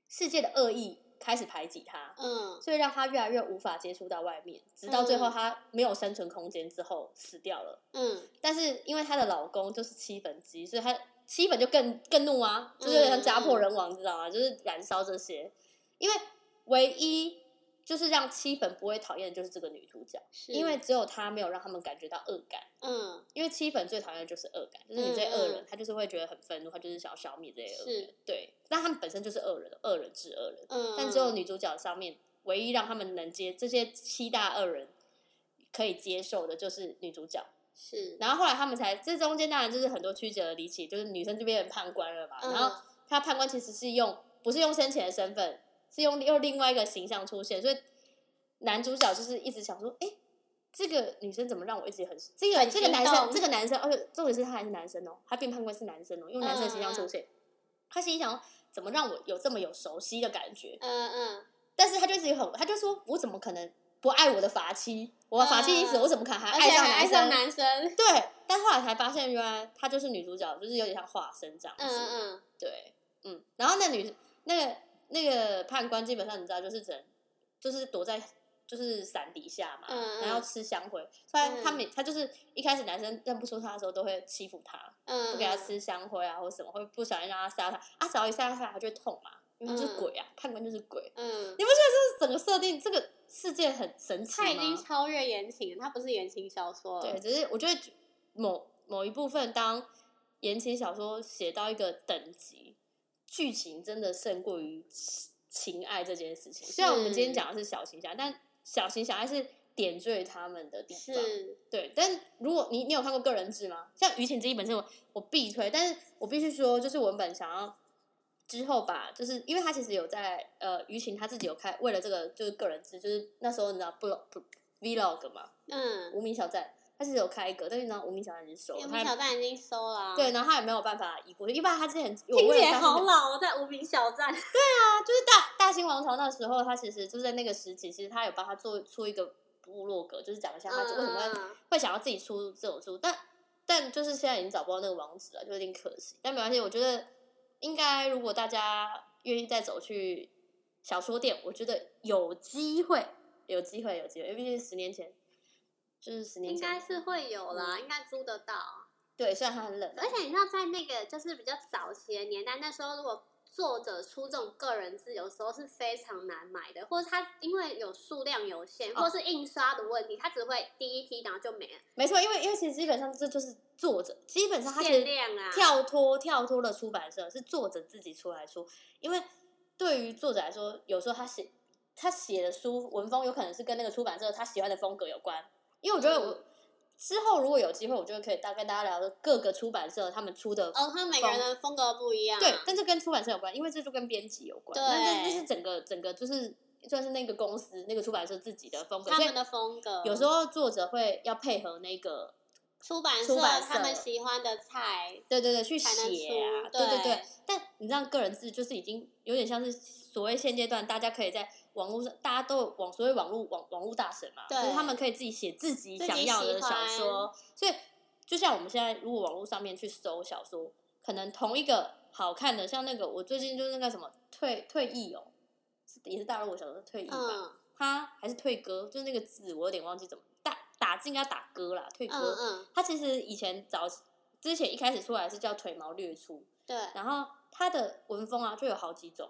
S3: 世界的恶意开始排挤他，
S2: 嗯
S3: 所以让他越来越无法接触到外面，直到最后
S2: 嗯
S3: 他没有生存空间之后死掉了。
S2: 嗯
S3: 但是因为她的老公就是七粉鸡，所以她七粉就更更怒啊，就是有点像家
S2: 嗯
S3: 破人亡，你知道吗？就是燃烧这些，因为唯一就是让七粉不会讨厌的就是这个女主角，
S2: 是
S3: 因为只有她没有让他们感觉到恶感。
S2: 嗯
S3: 因为七粉最讨厌的就是恶感，就是你这些恶人，
S2: 嗯嗯
S3: 他就是会觉得很愤怒，他就是想要消灭这些恶人
S2: 是。
S3: 对，但他们本身就是恶人，恶人治恶人。
S2: 嗯，
S3: 但只有女主角上面唯一让他们能接这些七大恶人可以接受的，就是女主角。
S2: 是
S3: 然后后来他们才，这中间当然就是很多曲折离奇，就是女生就变成判官了嘛。
S2: 嗯
S3: 然后她判官其实是用不是用生前的身份，是用用另外一个形象出现，所以男主角就是一直想说，哎，这个女生怎么让我一直很这个
S2: 很
S3: 这个男
S2: 心
S3: 生
S2: 动
S3: 这个男生，而且重点是他还是男生哦，他变判官是男生哦，用男
S2: 嗯
S3: 生的形象出现，他心里想说怎么让我有这么有熟悉的感觉？
S2: 嗯嗯
S3: 但是他就是很，他就说我怎么可能不爱我的法妻？我的法妻已死，
S2: 嗯
S3: 我怎么可能还
S2: 而
S3: 爱
S2: 且
S3: 上
S2: 还爱
S3: 男
S2: 上
S3: 生？
S2: 男生，
S3: 对，但后来才发现，原来她就是女主角， 就是有点像化身这样子。
S2: 嗯嗯
S3: 对，嗯，然后那女那个那个判官基本上你知道，就是只能就是躲在就是伞底下嘛，
S2: 嗯嗯
S3: 然后吃香灰。虽然他
S2: 嗯
S3: 每他就是一开始男生认不出他的时候，都会欺负他，
S2: 嗯，
S3: 不给他
S2: 嗯，
S3: 吃香灰啊，或什么，会不小心让他杀他啊，只要一杀他，他就会痛嘛，因为他就是
S2: 嗯
S3: 鬼啊，判官就是鬼。
S2: 嗯，
S3: 你不觉得这整个设定，这个世界很神奇吗？
S2: 他已经超越言情了，他不是言情小说了，
S3: 对，只是我觉得某某一部分，当言情小说写到一个等级，剧情真的胜过于情情爱这件事情。虽然我们今天
S2: 是
S3: 讲的是小情小爱，但小情小爱是点缀他们的地方。
S2: 是，
S3: 对，但如果你你有看过个人志吗？像《于情之一》本身我我必推，但是我必须说，就是文本想要之后吧，就是因为他其实有在呃，于情他自己有开为了这个就是个人志，就是那时候你知道不不 vlog 嘛，
S2: 嗯，
S3: 无名小站，他其实有开一个，但是呢，无名小站已经收了，
S2: 无
S3: 他
S2: 名小
S3: 也
S2: 站已经收了啊，
S3: 对，然后他也没有办法移过去，因为他之前我
S2: 听
S3: 为
S2: 起
S3: 了
S2: 来
S3: 他
S2: 好老哦，在无名小站，
S3: 啊，就是大大清王朝那时候，他其实就是在那个时期，其实他有帮他做出一个部落格，就是讲一下他为什么会、
S2: 嗯
S3: 会想要自己出这种书，但但就是现在已经找不到那个网址了，就有点可惜。但没关系，我觉得应该如果大家愿意再走去小说店，我觉得有机会，有机会，有机会，因为毕竟十年前。就是十年嗯
S2: 应
S3: 前，
S2: 该是会有啦，应该租得到。
S3: 对，虽然它很冷，啊
S2: 而且你知道，在那个就是比较早期的年代，那时候如果作者出这种个人字，有时候是非常难买的，或者他因为有数量有限，
S3: 哦
S2: 或是印刷的问题，他只会第一批，然后就没了，
S3: 没错，因为因为其实基本上这就是作者，基本上他其
S2: 限
S3: 实
S2: 量啊。
S3: 跳脱跳脱了出版社，是作者自己出来出，因为对于作者来说，有时候他写他写的书文风有可能是跟那个出版社他喜欢的风格有关，因为我觉得我、
S2: 嗯
S3: 之后如果有机会，我就可以大跟大家聊聊各个出版社他们出的。
S2: 哦，他每个人的风格不一样、啊。
S3: 对，但这跟出版社有关，因为这就跟编辑有关。那那那
S2: 对
S3: 是整个整个就是算是那个公司那个出版社自己的风格，
S2: 他
S3: 所以
S2: 们的风格，
S3: 有时候作者会要配合那个
S2: 出版
S3: 出版社
S2: 他们喜欢的菜，
S3: 对对对，去写
S2: 才能
S3: 啊，
S2: 出
S3: 对对
S2: 对
S3: 对。但你知道，个人字就是已经有点像是所谓现阶段大家可以在网络上，大家都有网所谓网络网网络大神嘛，
S2: 对
S3: 就是他们可以自己写自己
S2: 自己
S3: 想要的
S2: 喜
S3: 小
S2: 欢
S3: 说。所以，就像我们现在如果网络上面去搜小说，可能同一个好看的，像那个我最近就是那个什么退退役哦，是也是大陆我小说退役吧，
S2: 嗯
S3: 他还是退歌，就是那个字我有点忘记怎么打打字应该打歌啦，退
S2: 嗯
S3: 歌。
S2: 嗯，
S3: 它其实以前早之前一开始出来是叫腿毛略粗，
S2: 对，
S3: 然后它的文风啊就有好几种，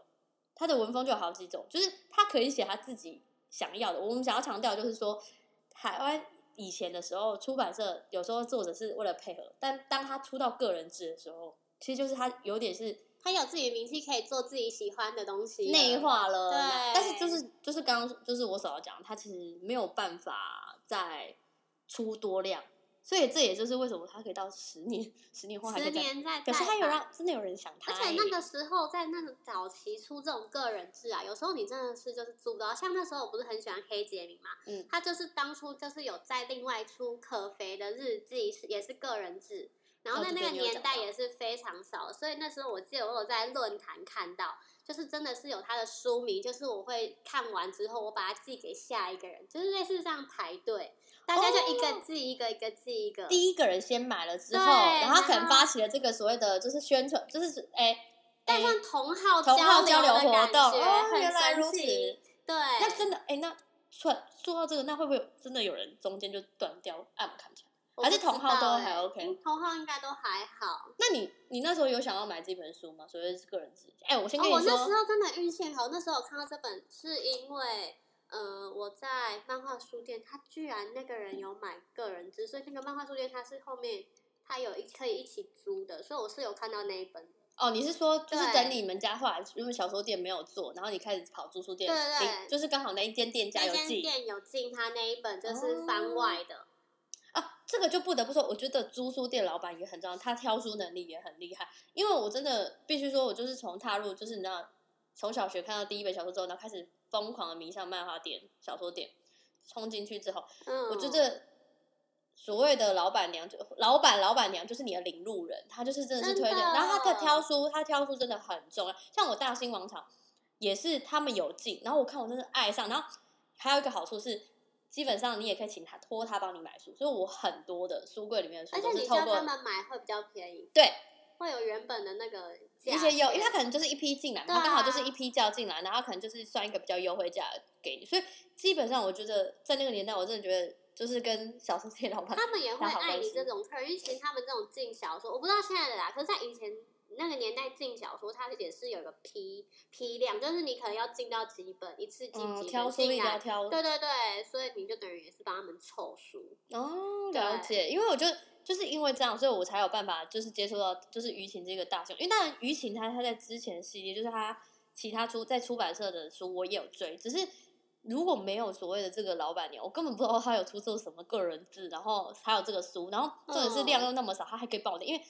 S3: 它的文风就有好几种，就是它可以写他自己想要的。我们想要强调就是说，台湾以前的时候，出版社有时候作者是为了配合，但当他出到个人志的时候，其实就是他有点是
S2: 他有自己的名气，可以做自己喜欢的东西了，
S3: 内化了。
S2: 对
S3: 但是就是就是刚刚就是我所要讲，他其实没有办法再出多量，所以这也就是为什么他可以到十年，十年后还可
S2: 十
S3: 以再。
S2: 年再
S3: 可是他有
S2: 再版
S3: 让真的有人想他
S2: 而
S3: 欸，
S2: 且那个时候在那个早期出这种个人制啊，有时候你真的是就是租不到。像那时候我不是很喜欢黑杰明嘛，
S3: 嗯
S2: 他就是当初就是有在另外出可肥的日记，是也是个人制，然后
S3: 哦
S2: 在
S3: 这
S2: 那
S3: 个
S2: 个
S3: 你有
S2: 年
S3: 讲
S2: 代
S3: 到
S2: 也是非常少，所以那时候我记得我有在论坛看到，就是真的是有他的书名，就是我会看完之后我把它寄给下一个人，就是类似这样排队，大家就一个寄一个，一个寄一个，
S3: 哦第一个人先买了之后，
S2: 对
S3: 然后他可能
S2: 然后
S3: 发起了这个所谓的就是宣传，就是哎，
S2: 但
S3: 哎
S2: 像同号
S3: 同号交流
S2: 哦流的
S3: 活动
S2: 感觉
S3: 哦，
S2: 很
S3: 原来
S2: 神
S3: 如此。
S2: 奇对，
S3: 那真的哎，那说说到这个，那会不会有真的有人中间就断掉，按不看起来？
S2: 我
S3: 还
S2: 不
S3: 是同
S2: 知
S3: 号都
S2: 道欸
S3: 还 OK
S2: 嗯同号应该都还好。
S3: 那你你那时候有想要买这本书吗？所谓是个人自己，哎，我先
S2: 哦，
S3: 跟你
S2: 我
S3: 说，
S2: 那时候真的运气好，那时候我看到这本是因为，呃，我在漫画书店，他居然那个人有买个人资，所以那个漫画书店它是后面它有一可以一起租的，所以我是有看到那一本。
S3: 哦，你是说就是
S2: 对
S3: 整理你们家后来因为小说店没有做，然后你开始跑住书店，
S2: 对对对
S3: 你就是刚好那一间店家
S2: 那
S3: 有
S2: 间
S3: 寄
S2: 店有进他那一本，就是
S3: 哦
S2: 番外的。
S3: 啊，这个就不得不说，我觉得租书店老板也很重要，他挑书能力也很厉害。因为我真的必须说，我就是从踏入就是你知道，从小学看到第一本小说之后，然后开始疯狂的迷上漫画店、小说店，冲进去之后，
S2: 嗯，
S3: 我觉得所谓的老板娘就老板老板娘就是你的领路人，她就是真的是推荐，
S2: 真的哦
S3: 然后她的挑书，她挑书真的很重要。像我大兴王朝，也是他们有进，然后我看我真的爱上，然后还有一个好处是，基本上你也可以请他托他帮你买书，所以我很多的书柜里面的书
S2: 而且
S3: 都
S2: 你
S3: 是透
S2: 叫
S3: 过
S2: 他们买会比较便宜，
S3: 对
S2: 会有原本的那个价
S3: 一些优，因为他可能就是一批进来嘛，
S2: 对
S3: 他刚好
S2: 啊
S3: 就是一批叫进来，然后可能就是算一个比较优惠价给你，所以基本上我觉得在那个年代，我真的觉得就是跟小生这些老板
S2: 他们也会
S3: 打好
S2: 爱
S3: 关
S2: 你
S3: 系
S2: 这种客人，因为其实他们这种进小说，我不知道现在的啦，可是在以前那个年代进小说，它也是有一个批批量，就是你可能要进到几本，一次进
S3: 嗯
S2: 几
S3: 挑
S2: 本
S3: 书力
S2: 进
S3: 要
S2: 来。
S3: 挑
S2: 对对对，所以你就等于也是帮他们凑书，
S3: 哦，了
S2: 对
S3: 解，因为我就就是因为这样，所以我才有办法就是接触到就是舆情这个大项，因为当然舆情他他在之前的系列就是他其他出在出版社的书我也有追，只是如果没有所谓的这个老板娘，我根本不知道他有出这什么个人字，然后还有这个书，然后重点是量
S2: 嗯
S3: 又那么少，他还可以爆点，因为。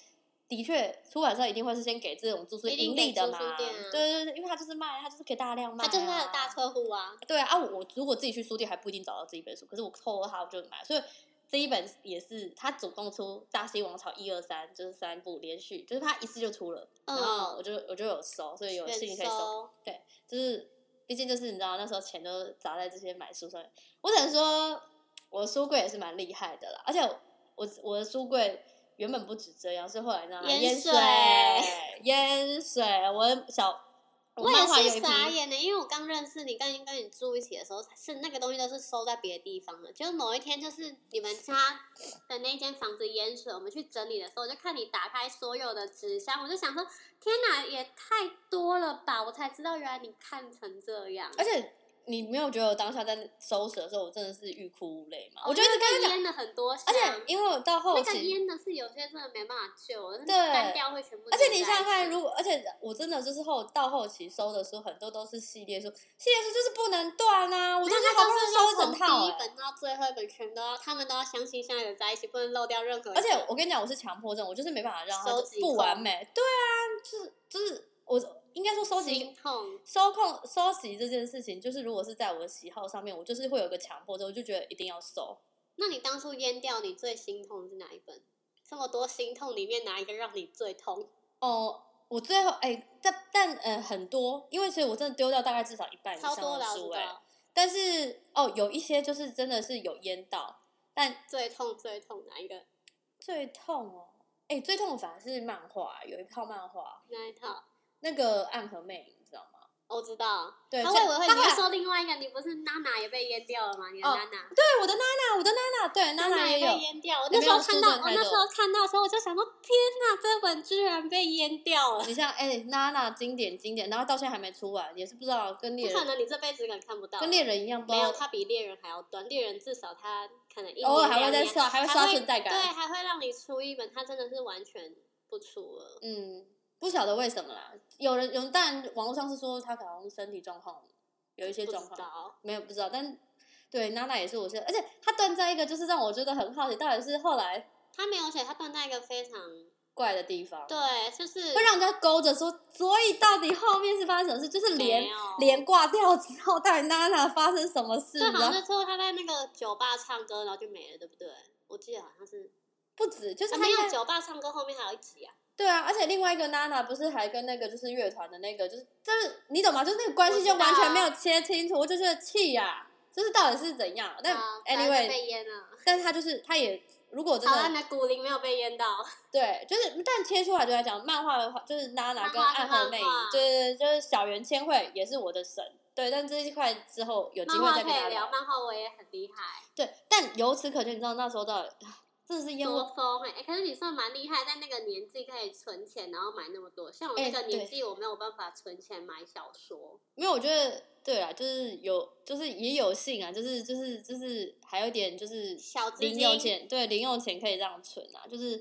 S3: 的确，出版社一定会是先给这种著书
S2: 一
S3: 盈
S2: 定
S3: 利
S2: 给
S3: 的
S2: 租
S3: 嘛，
S2: 书店
S3: 对
S2: 啊
S3: 对对，因为他就是卖，他就是可以大量卖、
S2: 他
S3: 啊，
S2: 就是他的大客户啊。
S3: 对啊，啊我我如果自己去书店还不一定找到这一本书，可是我透过它我就买，所以这一本也是他总共出《大西王朝》一二三，就是三部连续，就是他一次就出了，然后
S2: 嗯，
S3: 我就我就有收，所以有
S2: 选
S3: 幸可以收，
S2: 收
S3: 就是毕竟就是你知道那时候钱都砸在这些买书上面，我只能说我的书柜也是蛮厉害的啦，而且我我我的书柜。原本不止这样，是后来呢，
S2: 淹
S3: 淹
S2: 水
S3: 水，淹水。我的小，
S2: 我
S3: 漫画
S2: 也
S3: 有
S2: 是
S3: 一
S2: 傻
S3: 批
S2: 眼的，因为我刚认识你，跟跟你住一起的时候，是那个东西都是收在别的地方的。就是某一天，就是你们家的那间房子淹水，我们去整理的时候，我就看你打开所有的纸箱，我就想说，天哪，也太多了吧！我才知道原来你看成这样，
S3: 而且你没有觉得我当下在收拾的时候，我真的是欲哭无泪嘛？
S2: 哦
S3: 我就一直跟他
S2: 那
S3: 讲，
S2: 淹了很多箱，
S3: 而且因为我到后
S2: 啊那个
S3: 期，
S2: 淹的是有些真的没办法救的，
S3: 对
S2: 单调会全部
S3: 而
S2: 粘在一
S3: 且
S2: 起。
S3: 你想想看，如果而且我真的就是后到后期收的书，很多都是系列书，系列书就是不能断啊！我
S2: 我
S3: 就
S2: 觉
S3: 是
S2: 得
S3: 好不容易收一整套、
S2: 第一
S3: 欸，
S2: 本到最后一本，全都要他们都要相亲相爱的在一起，不能漏掉任何一个。
S3: 而且我跟你讲，我是强迫症，我就是没办法让它
S2: 收集
S3: 不
S2: 控
S3: 完美。对啊，就是就是我应该说收集
S2: 心痛，
S3: 收控收集这件事情，就是如果是在我的喜好上面，我就是会有一个强迫症，我就觉得一定要收。
S2: 那你当初淹掉你最心痛的是哪一本？这么多心痛里面哪一个让你最痛？
S3: 哦，我最后哎、但但呃很多，因为其实我真的丢掉大概至少一半以
S2: 超
S3: 上
S2: 多
S3: 的
S2: 的，啊我
S3: 书
S2: 知
S3: 哎、
S2: 道。
S3: 但是哦，有一些就是真的是有淹到，但
S2: 最痛最痛哪一个？
S3: 最痛哦，哎、最痛的反而是漫画，有一套漫画，
S2: 那一套？
S3: 那个《暗河魅影》，你知道吗？
S2: 我知道。
S3: 对，
S2: 他
S3: 这
S2: 会不会
S3: 他
S2: 你
S3: 后
S2: 会
S3: 来
S2: 说另外一个？你不是娜娜也被淹掉了吗？你的
S3: 哦
S2: 娜娜，
S3: 对我的娜娜，我的娜娜，对娜娜
S2: 也
S3: 也
S2: 被
S3: 有。
S2: 淹掉了。我
S3: 里
S2: 那
S3: 面
S2: 时候
S3: 有
S2: 看
S3: 书
S2: 到，
S3: 真的
S2: 我
S3: 太
S2: 那
S3: 多
S2: 时候看到的时候，我就想说：天哪，这本居然被淹掉了！
S3: 你像哎、娜娜经典经典，然后到现在还没出完，也是不知道跟
S2: 不
S3: 猎
S2: 可
S3: 人
S2: 能，你这辈子可能看不到。
S3: 跟猎人一样，不
S2: 没
S3: 知
S2: 有，
S3: 道
S2: 它比猎人还要短。猎人至少它可能一
S3: 偶尔
S2: 年
S3: 还会
S2: 两
S3: 再
S2: 年
S3: 刷，还会
S2: 还
S3: 刷
S2: 会
S3: 存在感。
S2: 对，还会让你出一本，它真的是完全不出了。
S3: 嗯，不晓得为什么啦。有人有人，但网络上是说他可能身体状况有一些
S2: 不
S3: 状
S2: 知
S3: 况，
S2: 道，
S3: 没有不知道。但对娜娜也是我是，而且他断在一个就是让我觉得很好奇，到底是后来
S2: 他没有写，他断在一个非常
S3: 怪的地方，，
S2: 对，就是
S3: 会让人家勾着说，所以到底后面是发生什么事？就是
S2: 没
S3: 连
S2: 有
S3: 连挂掉之后，到底娜娜发生什么事？
S2: 对，好
S3: 然
S2: 像
S3: 后
S2: 是最后他在那个酒吧唱歌，然后就没了，对不对？我记得好像是，
S3: 不止，就是
S2: 啊
S3: 他
S2: 没
S3: 应
S2: 有
S3: 该
S2: 酒吧唱歌后面还有一集啊，
S3: 对啊，而且另外一个娜娜不是还跟那个就是乐团的那个，就是就是你懂吗？就是那个关系就完全没有切清楚，我就觉得气呀、就是到底是怎样？但
S2: 啊反正就
S3: anyway，
S2: 被淹了。
S3: 但是他就是他也如果真
S2: 好啊了，
S3: 的
S2: 你的骨龄没有被淹到，
S3: 对，就是但切出来就来讲漫画的话，就是娜娜跟
S2: 漫画是
S3: 暗河魅影
S2: 漫画，
S3: 对对对，就是小圆千惠也是我的神。对，但这一块之后有机
S2: 漫
S3: 会
S2: 画
S3: 再
S2: 可
S3: 跟大家
S2: 以聊，漫画我也很厉害，
S3: 对，但由此可见，你知道那时候到底啊真的是淹
S2: 多
S3: 没。
S2: 疯哎、欸可是你算蛮厉害，在那个年纪可以存钱，然后买那么多。像我
S3: 欸
S2: 那个年
S3: 对
S2: 纪，我没有办法存钱买小说。
S3: 没有，我觉得对啦，就是有，就是也有幸啊，就是就是就是还有一点就是
S2: 小资
S3: 零用
S2: 金
S3: 钱，对零用钱可以这样存啊，就是，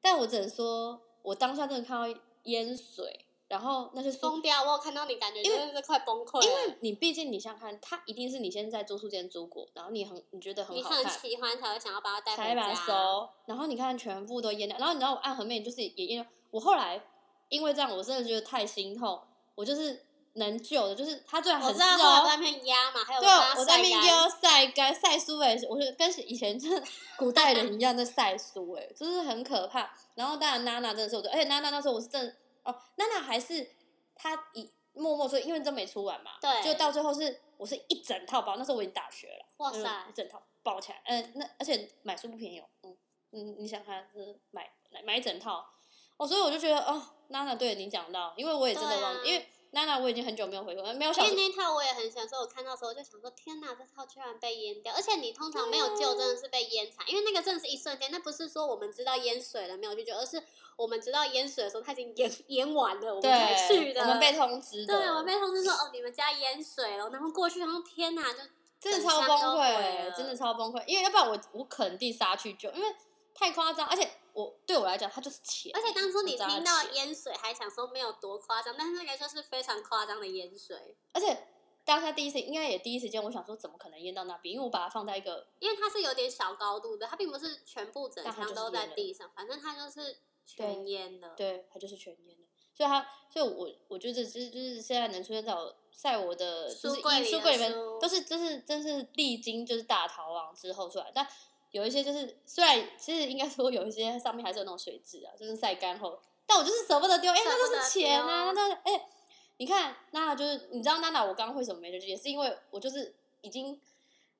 S3: 但我只能说，我当下真的看到淹水，然后那些书
S2: 疯掉！我有看到你，感觉真的是快崩溃了。
S3: 因为你毕竟你想想看，它一定是你先在租书间租过，然后你很你觉得很
S2: 你
S3: 好
S2: 很
S3: 看，
S2: 喜欢才会想要把它带
S3: 才
S2: 回
S3: 把它
S2: 家。
S3: 收，然后你看全部都淹掉，然后你知道我暗河面就是也淹掉。我后来因为这样，我真的觉得太心痛，我就是能救的，就是它虽然
S2: 我
S3: 很
S2: 知
S3: 湿
S2: 道后来
S3: 哦
S2: 外。面压嘛，还有
S3: 对，啊我在那边
S2: 边
S3: 又晒干晒书哎、我就跟以前真的古代人一样在晒书哎、就是很可哎怕。然后当然娜娜真的是我的，而且娜娜那时候我是真的哦，娜娜还是她一默默说，因为真没出完嘛，
S2: 对
S3: 就到最后是我是一整套包，那时候我已经大学了，
S2: 哇
S3: 嗯
S2: 塞
S3: 一，整套包起来，嗯、那而且买书不便宜哦，嗯，你你想看是买买一整套，哦，所以我就觉得哦，娜娜对您讲到，因为我也真的
S2: 对啊
S3: 忘，因为娜娜我已经很久没有回过，没有
S2: 因
S3: 小
S2: 为
S3: 时
S2: 那一套我也很喜欢，所以我看到的时候就想说，天哪，这套居然被淹掉！而且你通常没有救，真的是被淹惨，因为那个真的是一瞬间，那不是说我们知道淹水了没有去救，而是我们知道淹水的时候，它已经淹淹完了，我们才去
S3: 对，
S2: 的。
S3: 我们被通知的，
S2: 对，我们被通知说哦，你们家淹水了，然后过去，然后天哪，就
S3: 真的
S2: 整
S3: 超
S2: 山
S3: 崩
S2: 都毁
S3: 溃
S2: 了，
S3: 真的超崩溃，因为要不然我我肯定杀去救，因为太夸张，而且我对我来讲，它就是钱，
S2: 而且当初你
S3: 我知道
S2: 听到
S3: 钱
S2: 淹水，还想说没有多夸张，但是那个就是非常夸张的淹水，
S3: 而且当下第一次应该也第一时间，我想说怎么可能淹到那边，因为我把它放在一个
S2: 因为它是有点小高度的，它并不是全部整
S3: 但它就
S2: 箱
S3: 是
S2: 都在
S3: 淹了
S2: 地上，反正它就是全淹的。
S3: 对，它就是全淹的，所以它，所以我我觉得就是就是现在能出现在我在我的就是
S2: 书柜
S3: 衣
S2: 里
S3: 书
S2: 的
S3: 柜里面
S2: 书
S3: 都是就是真是历经就是大逃亡之后出来，但有一些就是虽然其实应该说有一些上面还是有那种水渍啊，就是晒干后，但我就是舍不得丢，哎、
S2: 舍
S3: 那
S2: 不
S3: 就
S2: 得
S3: 是钱
S2: 丢
S3: 啊，那哎、你看娜娜就是你知道娜娜我刚刚为什么没得去，也是因为我就是已经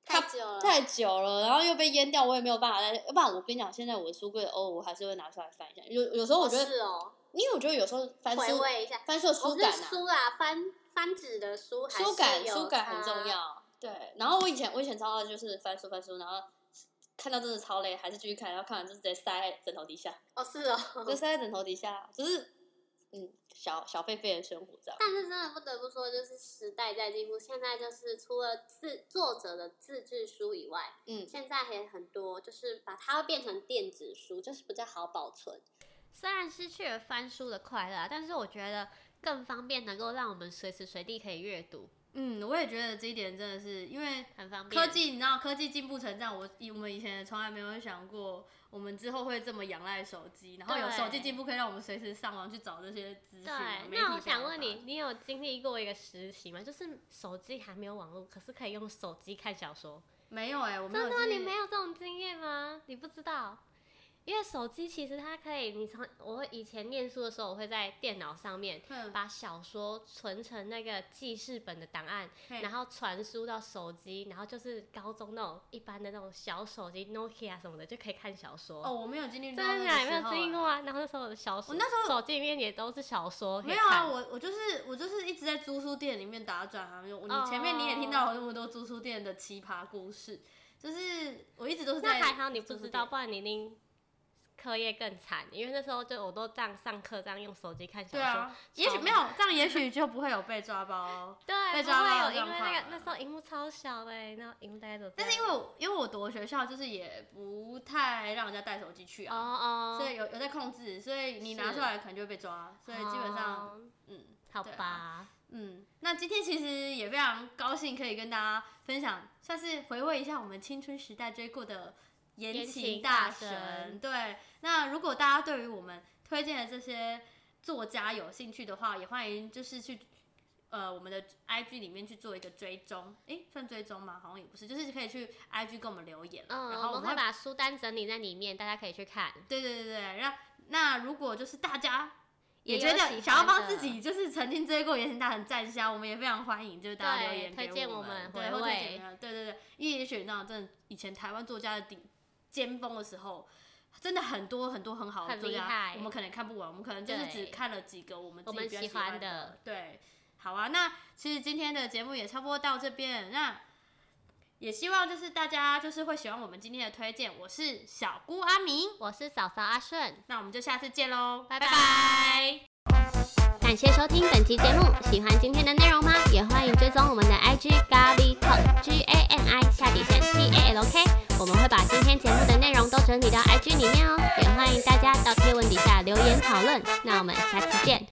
S2: 太
S3: 它
S2: 久了，哦
S3: 太久了，然后又被淹掉，我也没有办法再。要不然我跟你讲，现在我的书柜的哦欧，我还是会拿出来翻一下。有有时候我觉得，
S2: 是哦，
S3: 因为我觉得有时候翻
S2: 回
S3: 书
S2: 味一下。
S3: 翻书的
S2: 我
S3: 书
S2: 不是
S3: 感啊，
S2: 书啊，翻翻纸的书还是
S3: 书感
S2: 有
S3: 书感很重
S2: 差。
S3: 要。对，然后我以前我以前超爱就是翻书翻书，然后看到真的超累，还是继续看，然后看完就直接塞在枕头 底下，
S2: 哦，是哦，
S3: 就塞在枕头底下，就是嗯小小狒狒的生活这样。
S2: 但是真的不得不说，就是时代在进步，现在就是除了自作者的自制书以外，
S3: 嗯，
S2: 现在还有很多就是把它变成电子书，就是比较好保存。
S4: 虽然失去了翻书的快乐啊，但是我觉得更方便，能够让我们随时随地可以阅读，
S1: 嗯，我也觉得这一点真的是因为
S4: 很方便。
S1: 科技，你知道科技进步成这样，我以我们以前从来没有想过，我们之后会这么仰赖手机，然后有
S4: 对
S1: 手机进步可以让我们随时上网去找这些资讯啊。
S4: 对，
S1: 媒体
S4: 那我
S1: 非常
S4: 想
S1: 发
S4: 问你
S1: 达，，
S4: 你有经历过一个时期吗？就是手机还没有网络，可是可以用手机看小说。
S1: 没有哎、我没有
S4: 真的，啊你
S1: 经历
S4: 没有这种经验吗？你不知道，因为手机其实它可以，你从我以前念书的时候，我会在电脑上面
S1: 嗯
S4: 把小说存成那个记事本的档案，
S1: 嘿
S4: 然后传输到手机，然后就是高中那种一般的那种小手机 Nokia 什么的就可以看小说。
S1: 哦，我没有经历到
S4: 真
S1: 那
S4: 的假
S1: 个
S4: 的没
S1: 时
S4: 有
S1: 候
S4: 经历
S1: 欸
S4: 过啊？然后那时候我的小说，
S1: 我那时
S4: 手机里面也都是小说，可以
S1: 没有啊，
S4: 看
S1: 我我就是我就是一直在租书店里面打转行用。我
S4: 哦
S1: 你前面你也听到了那么多租书店的奇葩故事，就是我一直都是
S4: 那
S1: 在
S4: 还好你不
S1: 租书
S4: 知道，
S1: 店
S4: 不然你一定课业更惨。因为那时候就我都这样上课，这样用手机看小
S1: 对
S4: 说，
S1: 啊，也许没有这样，也许就不会有被抓包哦。
S4: 对，
S1: 被
S4: 哎不
S1: 抓
S4: 会
S1: 到
S4: 有，
S1: 这
S4: 因
S1: 样
S4: 为
S1: 怕
S4: 那
S1: 了
S4: 个那时候荧幕超小的欸，那荧幕大家都这样。
S1: 但是因为我因为我读的学校就是也不太让人家带手机去
S4: 哦
S1: 啊，
S4: 哦，
S1: 所以有有在控制，所以你拿
S4: 是
S1: 出来可能就会被抓，所以基本上
S4: 哦
S1: 嗯。
S4: 好
S1: 对啊
S4: 吧，
S1: 嗯，那今天其实也非常高兴可以跟大家分享，算是回味一下我们青春时代追过的言
S4: 言
S1: 情
S4: 情
S1: 大
S4: 大
S1: 神。
S4: 神
S1: 对，那如果大家对于我们推荐的这些作家有兴趣的话，也欢迎就是去呃我们的 IG 里面去做一个追踪，诶，算追踪吗？好像也不是，就是可以去 IG 跟我们留言啦，
S4: 嗯，
S1: 然后
S4: 我
S1: 我
S4: 们
S1: 们会
S4: 会把书单整理在里面，大家可以去看。
S1: 对对对对，那那如果就是大家。也
S4: 也
S1: 觉
S4: 有
S1: 得
S4: 喜
S1: 想要
S4: 欢
S1: 帮
S4: 的
S1: 自己，就是曾经追过言情大很赞销，我们也非常欢迎，就是大家留
S4: 对
S1: 言
S4: 推
S1: 给
S4: 荐
S1: 我
S4: 我们
S1: 对，
S4: 回
S1: 或者
S4: 味
S1: 怎么样对对对，因为也许那种真的以前台湾作家的顶尖峰的时候，真的很多很多很好的
S4: 很
S1: 作
S4: 厉
S1: 家
S4: 害，
S1: 我们可能看不完，我们可能就是只
S4: 对
S1: 看了几个我们自
S4: 我
S1: 己
S4: 们
S1: 比较
S4: 喜
S1: 喜欢
S4: 欢的
S1: 的，对，好啊，那其实今天的节目也差不多到这边，那也希望就是大家就是会喜欢我们今天的推荐，我是小姑阿明，
S4: 我是嫂嫂阿顺，
S1: 那我们就下次见喽，
S4: 拜
S1: 拜
S4: 拜。感谢收听本期节目，喜欢今天的内容吗？也欢迎追踪我们的 IG Gabi Talk G A N I 下底线 T A L K，我们会把今天节目的内容都整理到 IG 里面哦，也欢迎大家到贴文底下留言讨论。那我们下次见。